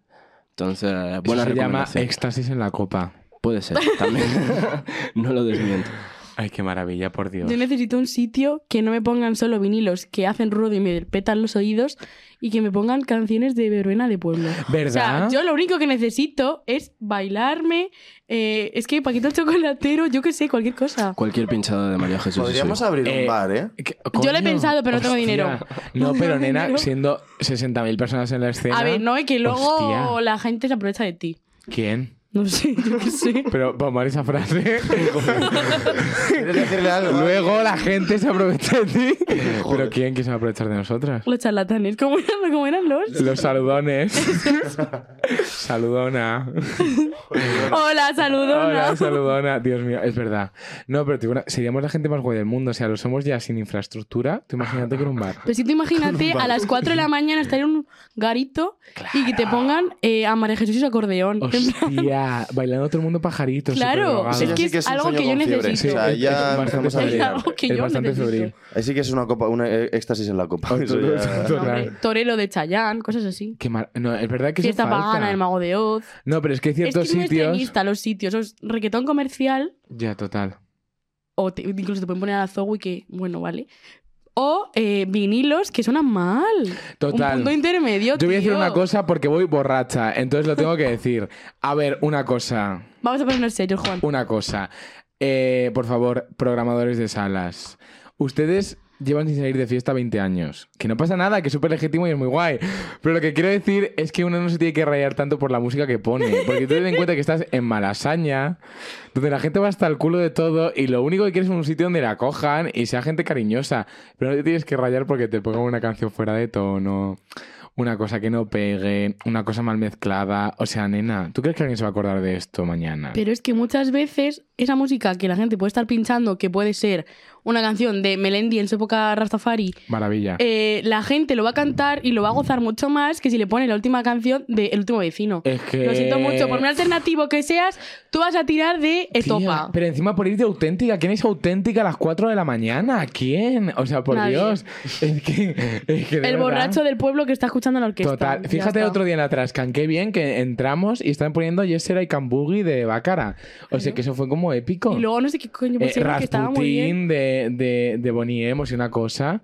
Entonces, eh, buena se llama recomendación. éxtasis en la copa. Puede ser, también. no lo desmiento. Ay, qué maravilla, por Dios. Yo necesito un sitio que no me pongan solo vinilos que hacen ruido y me petan los oídos y que me pongan canciones de verbena de pueblo. O ¿Verdad? sea, yo lo único que necesito es bailarme. eh, es que Paquito el Chocolatero, yo qué sé, cualquier cosa. Cualquier pinchada de María Jesús. Podríamos es abrir Eh, un bar, ¿eh? ¿Qué- Yo lo he coño? pensado, pero no tengo dinero. No, pero tengo nena, dinero. siendo 60.000 personas en la escena. A ver, no, y que luego Hostia. la gente se aprovecha de ti. ¿Quién? No sé, yo qué sé. Pero Paumar, esa frase. ¿Quieres decirle algo? Luego la gente se aprovecha de ti. ¿Pero quién que se va a aprovechar de nosotras? Los charlatanes, ¿cómo eran, cómo eran los? Los saludones. Saludona. Hola, saludona. Hola, saludona. Dios mío, es verdad. No, pero te digo una- seríamos la gente más guay del mundo. O sea, lo somos ya sin infraestructura. Tú imagínate con un bar. Pero si Pues tú imagínate a las 4 de la mañana estar en un garito y que te pongan eh, a María Jesús acordeón. En plan, Hostia, bailando todo el mundo pajaritos. Claro, superdrogados. Sí, es ya que sí es un algo sueño que yo con fiebre. necesito. O sea, es- es ya bastante empezamos a febril. Es brillar. algo que es yo bastante necesito. febril. Ahí sí que es una copa, una eh, éxtasis en la copa. Eso ya- No, hombre, torero de Chayán, cosas así. Qué mar- No, es verdad que eso Fiesta falta. pagana, el mago de Oz. No, pero es que hay Es que ciertos es muy sitios. extremista los sitios. Es requetón comercial, Ya, total. o te- incluso te pueden poner a la Zoe, que bueno, vale. O eh, vinilos que suenan mal. Un Total. punto intermedio. Yo voy a decir tío. una cosa porque voy borracha, entonces lo tengo que decir. A ver, una cosa. Vamos a ponernos serios, Juan. Una cosa. Eh, por favor, programadores de salas. Ustedes llevan sin salir de fiesta 20 años. Que no pasa nada, que es súper legítimo y es muy guay. Pero lo que quiero decir es que uno no se tiene que rayar tanto por la música que pone. Porque tú ten en cuenta que estás en Malasaña, donde la gente va hasta el culo de todo y lo único que quieres es un sitio donde la cojan y sea gente cariñosa. Pero no te tienes que rayar porque te pongan una canción fuera de tono. Una cosa que no pegue, una cosa mal mezclada. O sea, nena, ¿tú crees que alguien se va a acordar de esto mañana? Pero es que muchas veces esa música que la gente puede estar pinchando, que puede ser una canción de Melendi en su época Rastafari, Maravilla. eh, la gente lo va a cantar y lo va a gozar mucho más que si le pone la última canción de El último vecino. es que... Lo siento mucho, por muy alternativo que seas, tú vas a tirar de Tía, estopa. Pero encima por irte auténtica. ¿Quién es auténtica a las 4 de la mañana? ¿Quién? O sea, por Nadie. Dios. Es que... es que de El verdad. borracho del pueblo que está escuchando la orquesta. Total. Ya Fíjate está. otro día en la Trascan. Qué bien que entramos y están poniendo Yesera y Kambugi de Bacara. O sea, que eso fue como épico. Y luego no sé qué coño Eh, pusieron, que estaba muy bien. Rasputín de, de, de Bonnie M, o sea, una cosa.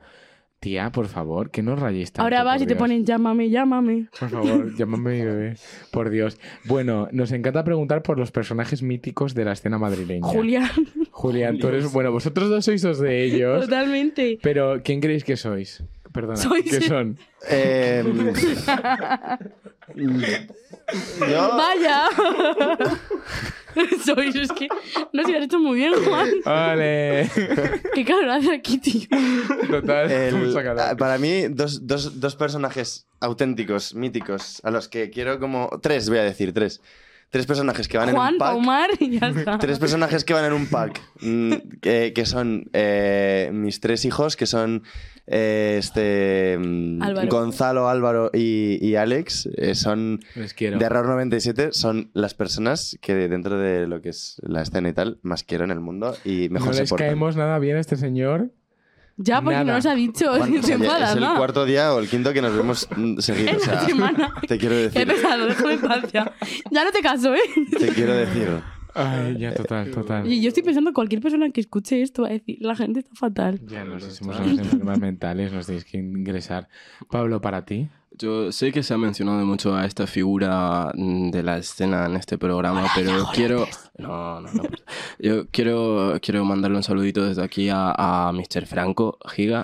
Tía, por favor, que no rayes tanto, Ahora vas por y te Dios. ponen llámame, llámame. Por favor, llámame mi bebé. Por Dios. Bueno, nos encanta preguntar por los personajes míticos de la escena madrileña. Julián, Julián, tú eres- Bueno, vosotros dos sois dos de ellos. totalmente. Pero, ¿quién creéis que sois? Perdona, Sois- ¿qué son? Eh, yo, Vaya. Soy, es que no se lo has hecho muy bien, Juan. ¡Ole! Qué cabrón hace aquí, tío. Total, el- vamos a cagar. ah, para mí, dos, dos- dos personajes auténticos, míticos, a los que quiero como... Tres, voy a decir, tres. Tres personajes que van en Juan, un pack. Paumar y ya está. Tres personajes que van en un pack. mm, que, que son eh, mis tres hijos, que son eh, este mm, Álvaro. Gonzalo, Álvaro y, y Alex. eh, son Les quiero. de Error 97, son las personas que dentro de lo que es la escena y tal, más quiero en el mundo y mejor no se les portan. caemos nada bien a este señor. Ya, porque Nada. no nos ha dicho. Juan, o se sea, ya enfada, es el ¿no? cuarto día o el quinto que nos vemos mm, seguido. o En la sea, semana. te quiero Qué decir. pesado, déjame en paz ya. Ya no te caso, ¿eh? Te quiero decir. Ay, ya, total, total. Y yo estoy pensando, cualquier persona que escuche esto va a decir, la gente está fatal. Ya no sé si somos unos enfermos mentales, nos tenéis que ingresar. Pablo, para ti. Yo sé que se ha mencionado mucho a esta figura mm, de la escena en este programa, pero quiero. No, no, no. Yo quiero, quiero mandarle un saludito desde aquí a, a Mr. Franco Giga.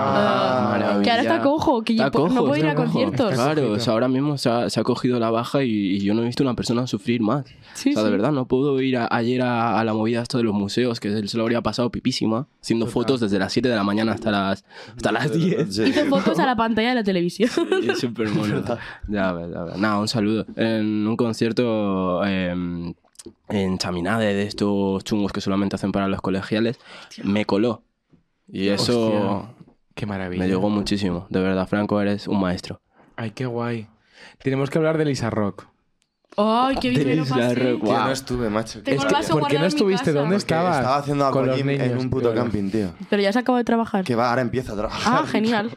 Ah, maravilla. que ahora está cojo, que yo Está po- no cojo, puedo ir está a cojo. conciertos. Claro, Está o sea, ahora mismo se ha, se ha cogido la baja y, y yo no he visto una persona sufrir más. Sí, o sea, de sí. verdad, no puedo ir a- ayer a, a la movida esto de los museos, que él se lo habría pasado pipísima, haciendo fotos desde las 7 de la mañana hasta las, hasta las 10. Sí. Hizo fotos a la pantalla de la televisión. Sí, Es súper mono. Ya ves, ya ves. Nada, un saludo. En un concierto em, en Chaminade de estos chungos que solamente hacen para los colegiales, me coló. Y eso Hostia, Qué maravilla. me llegó muchísimo. De verdad, Franco, eres un maestro. Ay, qué guay. Tenemos que hablar de Lisa Rock. Ay, qué bien De me lo Isla pasé. Rock, Tío, guau. no estuve, macho. Tengo Es el que- vaso ¿Por qué guardado no en mi estuviste? casa. ¿Dónde porque estabas? Estaba haciendo Con los aquagym en niños, un puto claro. camping, tío. Pero ya se acaba de trabajar. Que va, ahora empiezo a trabajar. Ah, genial.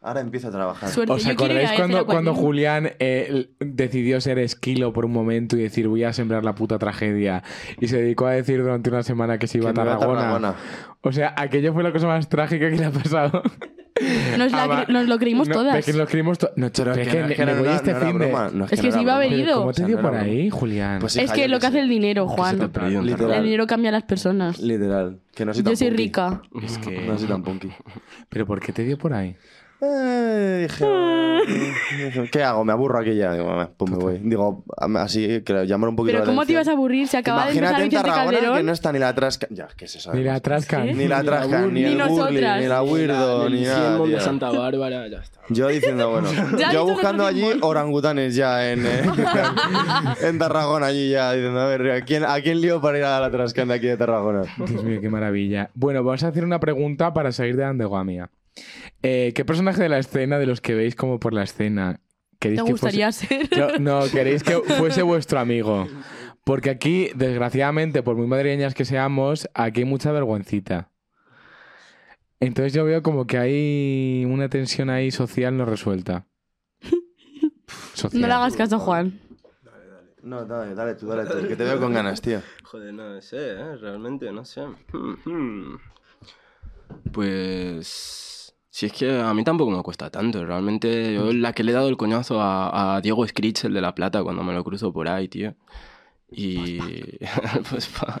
Ahora empiezo a trabajar. Suerte. ¿Os Yo quiero ir a acordáis este ese cuando, acuario. cuando Julián eh, l- decidió ser esquilo por un momento y decir voy a sembrar la puta tragedia? Y se dedicó a decir durante una semana que se iba Que a me va a Tarragona. Tarragona. O sea, aquello fue la cosa más trágica que le ha pasado. Nos, la Ama- cre- nos lo creímos Ah, No, todas. es que nos creímos todas. No, Pero pero es que no- me- que me no voy era- este no era fin de- broma, no es que Es no que era se iba a broma. venir. Pero ¿Cómo O te sea, dio no por era ahí, Julián? Pues sí, Es hija, que yo lo qué que hace sé. el dinero, Juan. te perdió en Literal. Tarragona. El dinero cambia a las personas. Literal. Que no soy tan Yo soy punky. rica. es que... No soy tan punky. ¿Pero por qué te dio por ahí? Eh, dije, dije, ¿qué hago? Me aburro aquí ya. Digo, "Ah, pues me voy. Digo, así, que llamar un poquito Pero la ¿cómo te atención. ibas a aburrir? Se acaba de empezar Imagínate en Vicente Tarragona que Calderón. no está ni la Trasca. Ya, ¿qué es eso? Ni la Trasca. ¿Qué? pues, Ni la Trasca, Burli. ni el Ni Burly, nosotras. ni la Weirdo, Del ni nada. Cielmon de tío. Santa Bárbara, ya está. Yo diciendo, bueno, visto yo nuestro buscando allí símbolo. orangutanes ya en, eh, en Tarragona, allí ya, diciendo, a ver, ¿a quién, ¿a quién lío para ir a la Trasca de aquí de Tarragona? Dios mío, qué maravilla. Bueno, vamos a hacer una pregunta para salir de Andeguamia. Eh, ¿Qué personaje de la escena, de los que veis como por la escena, queréis ¿Te que gustaría ser? fuese... No, no, queréis que fuese vuestro amigo. Porque aquí, desgraciadamente, por muy madrileñas que seamos, aquí hay mucha vergüencita. Entonces yo veo como que hay una tensión ahí social no resuelta. Social. No le hagas caso, Juan. No, dale, dale tú, dale tú, que te veo con ganas, tío. Joder, no sé, ¿eh? realmente no sé. Pues. Si es que a mí tampoco me cuesta tanto. Realmente yo la que le he dado el coñazo a, a Diego Scritch, el de La Plata, cuando me lo cruzo por ahí, tío. Y. Pues pa.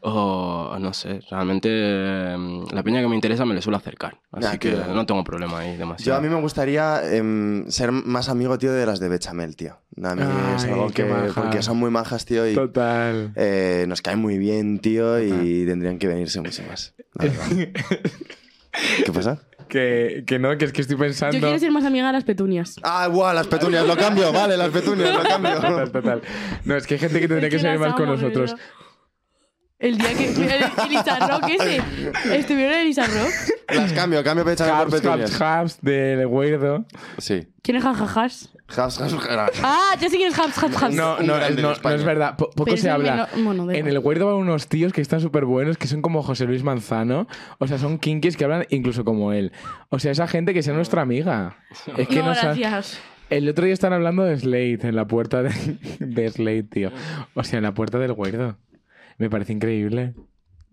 O no sé, realmente eh, la peña que me interesa me le suelo acercar. Así Ya, que tío. no tengo problema ahí Yo demasiado. a mí me gustaría em, ser más amigo, tío, de las de Bechamel, tío. A mí es Ay, algo qué que... majas. Porque son muy majas, tío, y Total. eh, nos caen muy bien, tío, y tendrían que venirse mucho más. la verdad. ¿Qué pasa? Que, que no, que es que estoy pensando... Yo quiero ser más amiga de las petunias. Ah, guau, las petunias, lo cambio, vale, las petunias, lo Total, cambio. total. No, es que hay gente que tendría Es que salir las más con amo, de nosotros. verdad. El día que. El Elizarrock ese. Estuvieron en Elizarrock. Las cambio, cambio Bechamel por Haps, petunias. haps, haps del güerdo. Sí. ¿Quién es jajajas? Haps, haps, haps. Ah, ya sé quién es Haps, Haps, Haps. No, un no, grande no, en no España. es verdad. Po- poco Pero se es el habla. menor- bueno, da en igual. el Guerdo van unos tíos que están súper buenos, que son como José Luis Manzano. O sea, son kinkis que hablan incluso como él. O sea, esa gente que sea nuestra amiga. Es que no, nos ha- gracias. El otro día están hablando de Slade en la puerta de, de Slade, tío. O sea, en la puerta del Guerdo. Me parece increíble.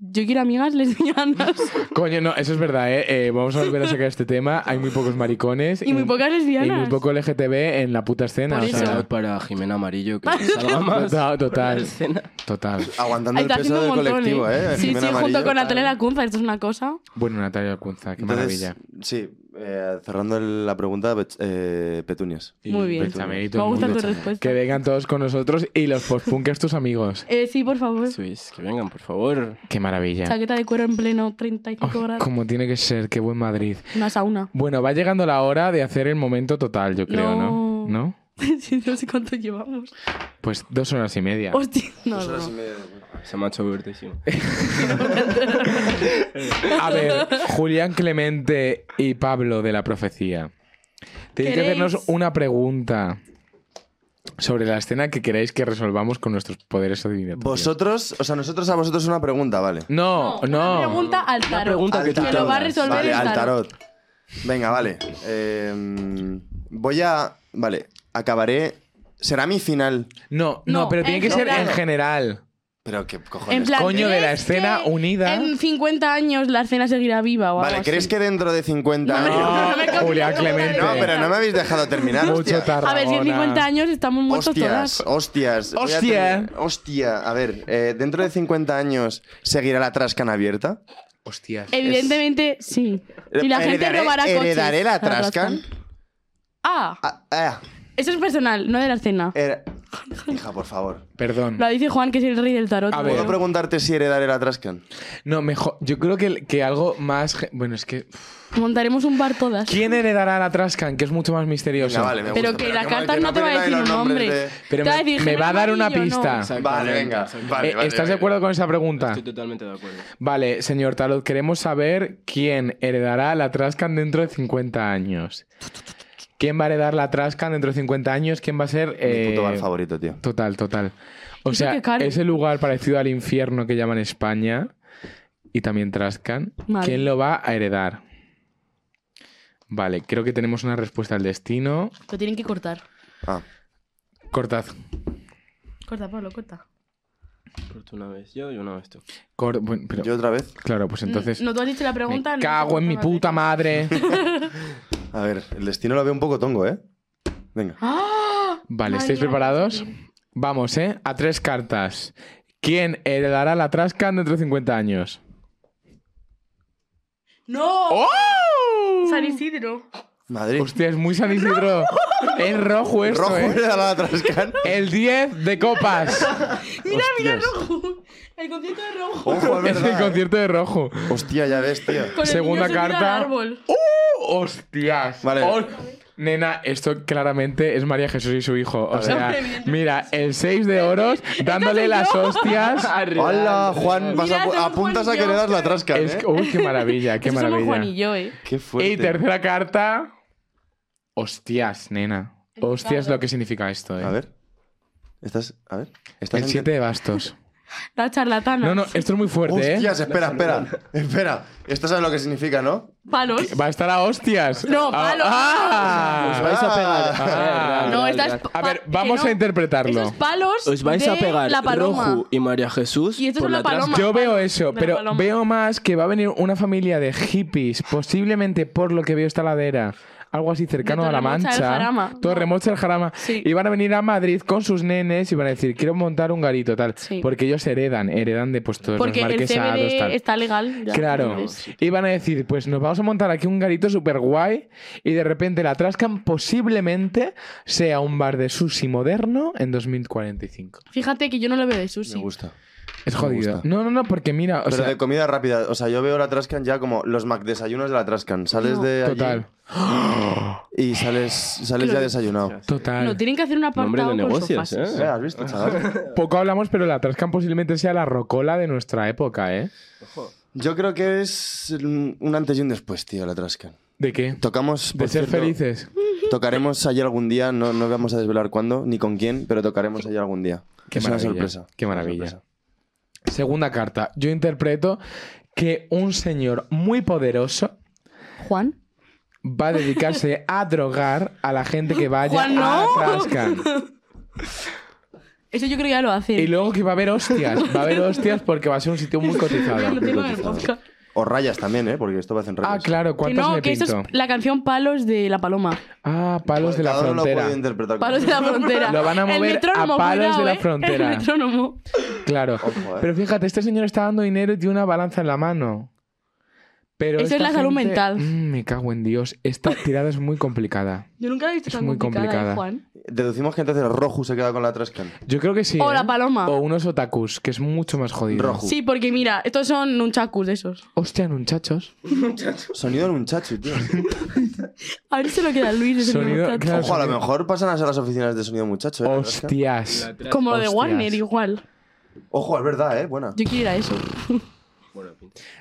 Yo quiero amigas lesbianas. Coño, no, eso es verdad, ¿eh? Eh, Vamos a volver a sacar este tema. Hay muy pocos maricones. Y muy pocas lesbianas. Y muy poco LGTB en la puta escena. Por o sea, Shout out para Jimena Amarillo, que salga más. Total, total. Escena. Total. Aguantando Ahí el está peso haciendo un del montón, colectivo, ¿eh? Sí, sí, Jimena Amarillo. junto con Natalia Lacunza. Esto es una cosa. Bueno, Natalia Cunza, qué Entonces, maravilla. Sí, eh, cerrando el- la pregunta, bet- eh, petunias. Muy bien. Bechamel y Me todo el gusta tu mundo. respuesta. Que vengan todos con nosotros y los postpunkers tus amigos. Eh, sí, por favor. Swiss, que vengan, por favor. Qué maravilla. Chaqueta de cuero en pleno Oh, 35 grados. como tiene que ser, qué buen Madrid. Una sauna. Bueno, va llegando la hora de hacer el momento total, yo creo, ¿no? No. ¿No? Sí, no sé cuánto llevamos. Pues dos horas y media. Hostia, no, no. Se me ha hecho divertísimo. A ver, Julián Clemente y Pablo de la profecía. Tenéis que ¿Queréis? hacernos una pregunta sobre la escena que queráis que resolvamos con nuestros poderes adivinatorios. Vosotros, o sea, nosotros a vosotros una pregunta, vale. No, no. Una pregunta al tarot. pregunta que tú lo va a tengas. resolver Vale, el al tarot. tarot. Venga, vale. Eh, voy a. Vale, acabaré. Será mi final. No, no, No, pero tiene en que ser en general. general. Pero qué cojones. En plan, Coño de la ¿crees escena que unida. En 50 años la escena seguirá viva o algo Vale, ¿crees así? que dentro de 50 No, años- no me coges Julia la bola de Clemente. No, verdad. pero no me habéis dejado terminar. Mucho hostia. tarde. A ver, si en 50 años estamos muertos Hostias, todas. hostias. voy a Hostia. tener- Hostia. A ver, eh, dentro de 50 años seguirá la Trascan abierta. Hostias. Evidentemente, sí. Y la gente Heredaré- robará coches. heredaré la Trascan. Ah, Ah, ah, eso es personal, no de la escena. her- Hija, por favor. Perdón. Lo dice Juan, que es el rey del tarot. A ver. ¿Puedo preguntarte si heredaré la Trascan? No, mejor. Yo creo que, que algo más. ge- Bueno, es que. Montaremos un bar todas. ¿Quién heredará la Trascan? Que es mucho más misterioso. Venga, vale, me gusta, Pero que la qué mal carta que no te va a ponen ahí decir un los nombre. nombres de- Pero Te va a me, decir, me va a dar Gemelo una Amarillo, no. pista. Exacto. Vale, venga. Vale, Eh, vale, ¿Estás de vale. acuerdo con esa pregunta? Estoy totalmente de acuerdo. Vale, señor Tarot, queremos saber quién heredará la Trascan dentro de 50 años. ¿Quién va a heredar la Trascan dentro de 50 años? ¿Quién va a ser...? Mi eh, puto bar favorito, tío. Total, total. O Eso sea, que caro. ese lugar parecido al infierno que llaman España y también Trascan, Vale. ¿quién lo va a heredar? Vale, creo que tenemos una respuesta al destino. Lo tienen que cortar. Ah. Cortad. Corta, Pablo, corta. Corto una vez yo y una vez tú. Cor- bueno, pero- Yo otra vez. Claro, pues entonces... Mm, No, tú has dicho la pregunta. me no, cago en mi corta, vale. puta madre. A ver, el destino lo veo un poco tongo, ¿eh? Venga. ¡Ah! Vale, Madre ¿estáis mía, preparados? qué difícil. Vamos, ¿eh? A tres cartas. ¿Quién heredará la Trascan dentro de 50 años? ¡No! ¡Oh! San Isidro. Madrid. Hostia, es muy San Isidro. es rojo esto, Rojo ¿eh? era la Trascan. El 10 de copas. Mira, mira, Hostias. rojo. El concierto de rojo. Ojo, es es el verdad. ¿eh? concierto de rojo. Hostia, ya ves, tío. Con el Segunda niño subido al carta. árbol. ¡Oh, hostias! Vale. Oh, nena, esto claramente es María Jesús y su hijo. O ver. sea, Evidentemente. mira, el 6 de oros dándole soy las yo. hostias. Hola, Juan. vas Mira, a- soy un apuntas a Juanillo. que le das la Trascan, Es ¿eh? que- uy, qué maravilla, qué Eso somos Juan y maravilla. yo, eh. Qué Y fuerte. tercera carta. Hostias, nena. Hostias lo que significa esto, eh. A ver. Estás. A ver. Estás El en- 7 de bastos. La charlatana. No, no, esto es muy fuerte, ¿eh? Hostias, espera, espera. Espera. Esto sabes lo que significa, ¿no? Palos. Va a estar a hostias. No, A- palo. ¡Ah! Os vais a pegar. Ah. Eh, No, real, esta real. es pa- A ver, que vamos no. a interpretarlo. Esos palos. Os vais a de pegar La paloma. Rojo y María Jesús Y esto es por una la paloma. trasca. Yo veo eso, Una pero paloma. veo más que va a venir una familia de hippies, posiblemente por lo que veo esta ladera, algo así cercano De a la Torremocha del Mancha. Jarama. Torremocha del Jarama. Sí. Y van a venir a Madrid con sus nenes y van a decir, quiero montar un garito, tal. Sí. Porque ellos heredan, heredan de pues todos Porque los el marquesados, CBD tal. está legal. ya. Claro. Entonces, Y van a decir, pues nos vamos a montar aquí un garito súper guay y de repente la Trascan posiblemente sea un bar de sushi moderno en 2045. Fíjate que yo no lo veo de sushi. Me gusta. Es Me jodido. gusta. No, no, no, porque mira, o Pero sea, de comida rápida. O sea, yo veo la Trascan ya como los McDesayunos de la Trascan. Sales No. de allí total, y sales, sales ya desayunado. total. No, tienen que hacer una Nombre apartado de con negocios, sofás. Eh, ¿eh? ¿Has visto, chaval? Poco hablamos, pero la Trascan posiblemente sea la rocola de nuestra época, ¿eh? Yo creo que es mm, un antes y un después, tío, la Trascan. ¿De qué? Tocamos. De por ser cierto, felices. Tocaremos allí algún día, no, no vamos a desvelar cuándo ni con quién, pero tocaremos allí algún día. Qué es una maravilla, sorpresa. qué es una maravilla. sorpresa. Segunda carta. Yo interpreto que un señor muy poderoso Juan. va a dedicarse a drogar a la gente que vaya Juan, no. a Trascan. Eso yo creo que ya lo hacen. Y luego que va a haber hostias. Va a haber hostias porque va a ser un sitio muy Ya lo cotizado. tengo en el podcast. O rayas también, ¿eh? Porque esto va a hacer rayas. Ah, claro, Que ¿cuántas no, me que eso pinto? es la canción Palos de la Paloma. Ah, palos de la Cada uno lo frontera. puede interpretar como- Palos de la frontera. Lo van a El mover a metrónomo, Palos de cuidado, la ¿eh? Frontera. El metrónomo. Claro. Ojo, eh. Pero fíjate, este señor está dando dinero y tiene una balanza en la mano. Pero Eso es esta la salud gente- mental. Mm, me cago en Dios. Esta tirada es muy complicada. Yo nunca la he visto Es tan muy complicada. complicada, ¿eh, Juan. Deducimos que entonces Roju se queda con la Trascan. Yo creo que sí. O la ¿eh? paloma. O unos otakus, que es mucho más jodido. Rojo. Sí, porque mira, estos son un chacus de esos. Hostia, muchachos. Sonido en un chachi, tío. A ver si se lo queda Luis. es el Sonido- muchacho. claro. Ojo, a lo mejor pasan a ser las oficinas de sonido muchacho, ¿eh? la Trascan. Hostias. Como lo de Hostias. Warner, igual. Ojo, es verdad, ¿eh? Buena. Yo quiero ir a eso.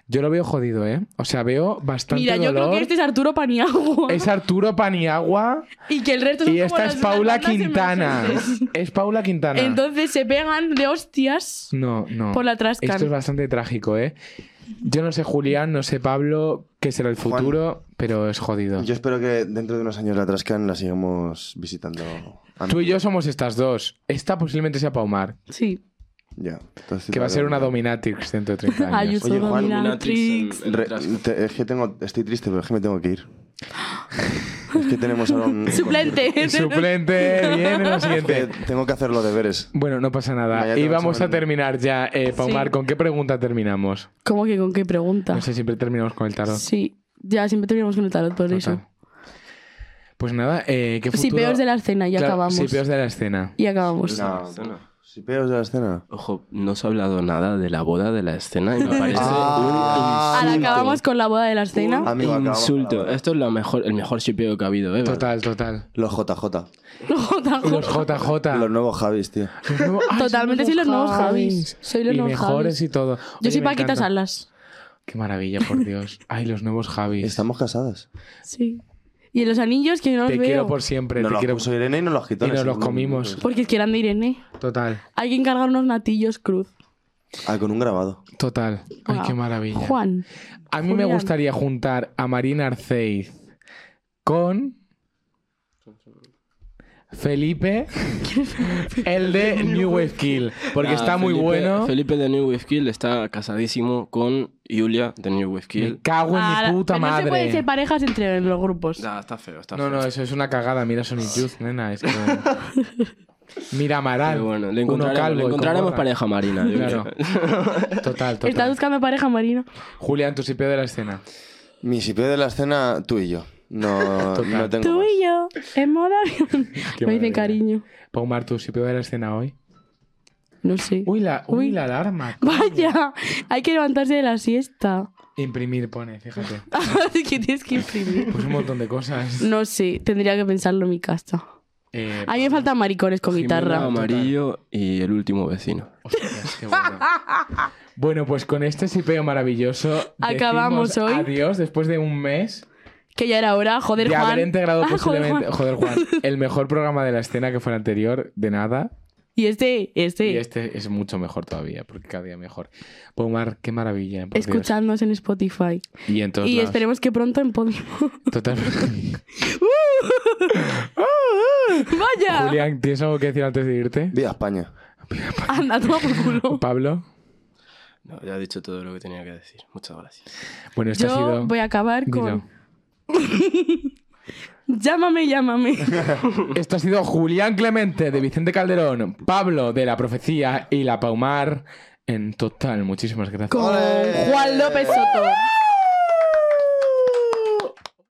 Yo lo veo jodido, ¿eh? O sea, veo bastante Mira, yo creo dolor. que este es Arturo Paniagua. Es Arturo Paniagua Y que el resto son y como esta las es Paula bandas Quintana. emergentes. Es Paula Quintana. Entonces se pegan de hostias. No, no. Por la Trascan. Esto es bastante trágico, ¿eh? Yo no sé, Julián, no sé, Pablo, qué será el Juan. futuro, pero es jodido. Yo espero que dentro de unos años la Trascan la sigamos visitando. a mí. Tú y yo somos estas dos. Esta posiblemente sea Paumar. Sí. Ya. Entonces, Que va a ser una vale. dominatrix dentro de 30 años. Ay, yo soy Oye, Juan, dominatrix. en- en Re- Trasco. te- es que tengo, estoy triste, pero es que me tengo que ir. es que tenemos ahora un. Suplente. Suplente, viene lo Que siguiente. tengo que hacer los deberes. Bueno, no pasa nada. Vaya, y te vas vamos a hablando. terminar ya, eh, Paumar. Sí. ¿Con qué pregunta terminamos? ¿Cómo que con qué pregunta? No sé, siempre terminamos con el tarot. Sí, ya siempre terminamos con el tarot por eso. Total. Pues nada, eh, ¿qué futuro... Si peos de la escena y Claro, acabamos. Sí, peos de la escena. Y acabamos. No. Si peos de la escena. Ojo, no se ha hablado nada de la boda de la escena y me parece Ah. un Ahora insulto. acabamos con la boda de la escena. Ah, Amigo, Un acabamos con la insulto. boda. Esto es lo mejor, el mejor shipeo que ha habido, ¿eh? Total, total. Los JJ. JJ. Los JJ. Los nuevos Javis, tío. Los nuevos- Ay, Totalmente soy los nuevos Javis. Soy los y nuevos mejores Javis. y todo. Yo Oye, soy me Paquita encanta. Salas. Qué maravilla, por Dios. Ay, los nuevos Javis. Estamos casadas. Sí. Y en los anillos que no los Te veo. quiero por siempre. Nos te los quiero... puso Irene y nos los quitó. Y en nos ese los comimos. momento. Porque es que eran de Irene. Total, Hay que encargar unos natillos cruz. Ah, con un grabado. total. Ay, Wow. qué maravilla. Juan. A mí me Julián. gustaría juntar a Marina Arceiz con Felipe, el de New Wave Kill, porque Ah, está muy Felipe- bueno. Felipe de New Wave Kill está casadísimo con Julia de New Wave Me Kill. cago en Ah, mi puta pero madre. No se pueden ser parejas entre los grupos. Ah, está feo, está Ah. no, feo. no, eso es una cagada. Mira Sonic Youth, nena. Es que... Mira Amaral. Pero bueno, le uno encontraremos, calvo y le con encontraremos gorra. pareja marina. yo Claro. creo. Total, ¿Estás total. buscando pareja, Marina? Julián, tu sipeo de la escena. Mi sipeo de la escena, tú y yo. No, Total. no tengo. Tú más. y yo. En moda avión. Qué Me maravilla. dicen cariño. Paumar, tu sipeo de la escena hoy. No sé. Uy, la, uy, Uy. la alarma. coño. Vaya, hay que levantarse de la siesta. Imprimir pone, fíjate. Así que tienes que imprimir. Pues un montón de cosas. No em- sé, tendría que pensarlo en mi casa. Eh, A mí me faltan maricones con Jimena, Nada guitarra. total. amarillo y el último vecino. Hostias, qué bueno. Bueno, pues con este sipeo maravilloso Acabamos decimos hoy. Adiós después de un mes Que ya era hora, joder, de Juan. haber integrado Ah, joder, posiblemente. Juan. Joder Juan. el mejor programa de la escena que fue el anterior, de nada. Y este, este. Y este es mucho mejor todavía, porque cada día mejor. Pomar, qué maravilla. por Dios. Escuchadnos en Spotify. Y en todos Y lados. esperemos que pronto en Podimo. Totalmente. ¡Vaya! Julián, ¿tienes algo que decir antes de irte? Viva España. Anda, toma por culo. Pablo. No, ya he dicho todo lo que tenía que decir. Muchas gracias. Bueno, esto Yo ha sido. voy a acabar Dilo. con. Llámame, llámame. Esto ha sido Julián Clemente de Vicente Calderón, Pablo de la Profecía y la Paumar. En total, muchísimas gracias. Con Juan López Soto.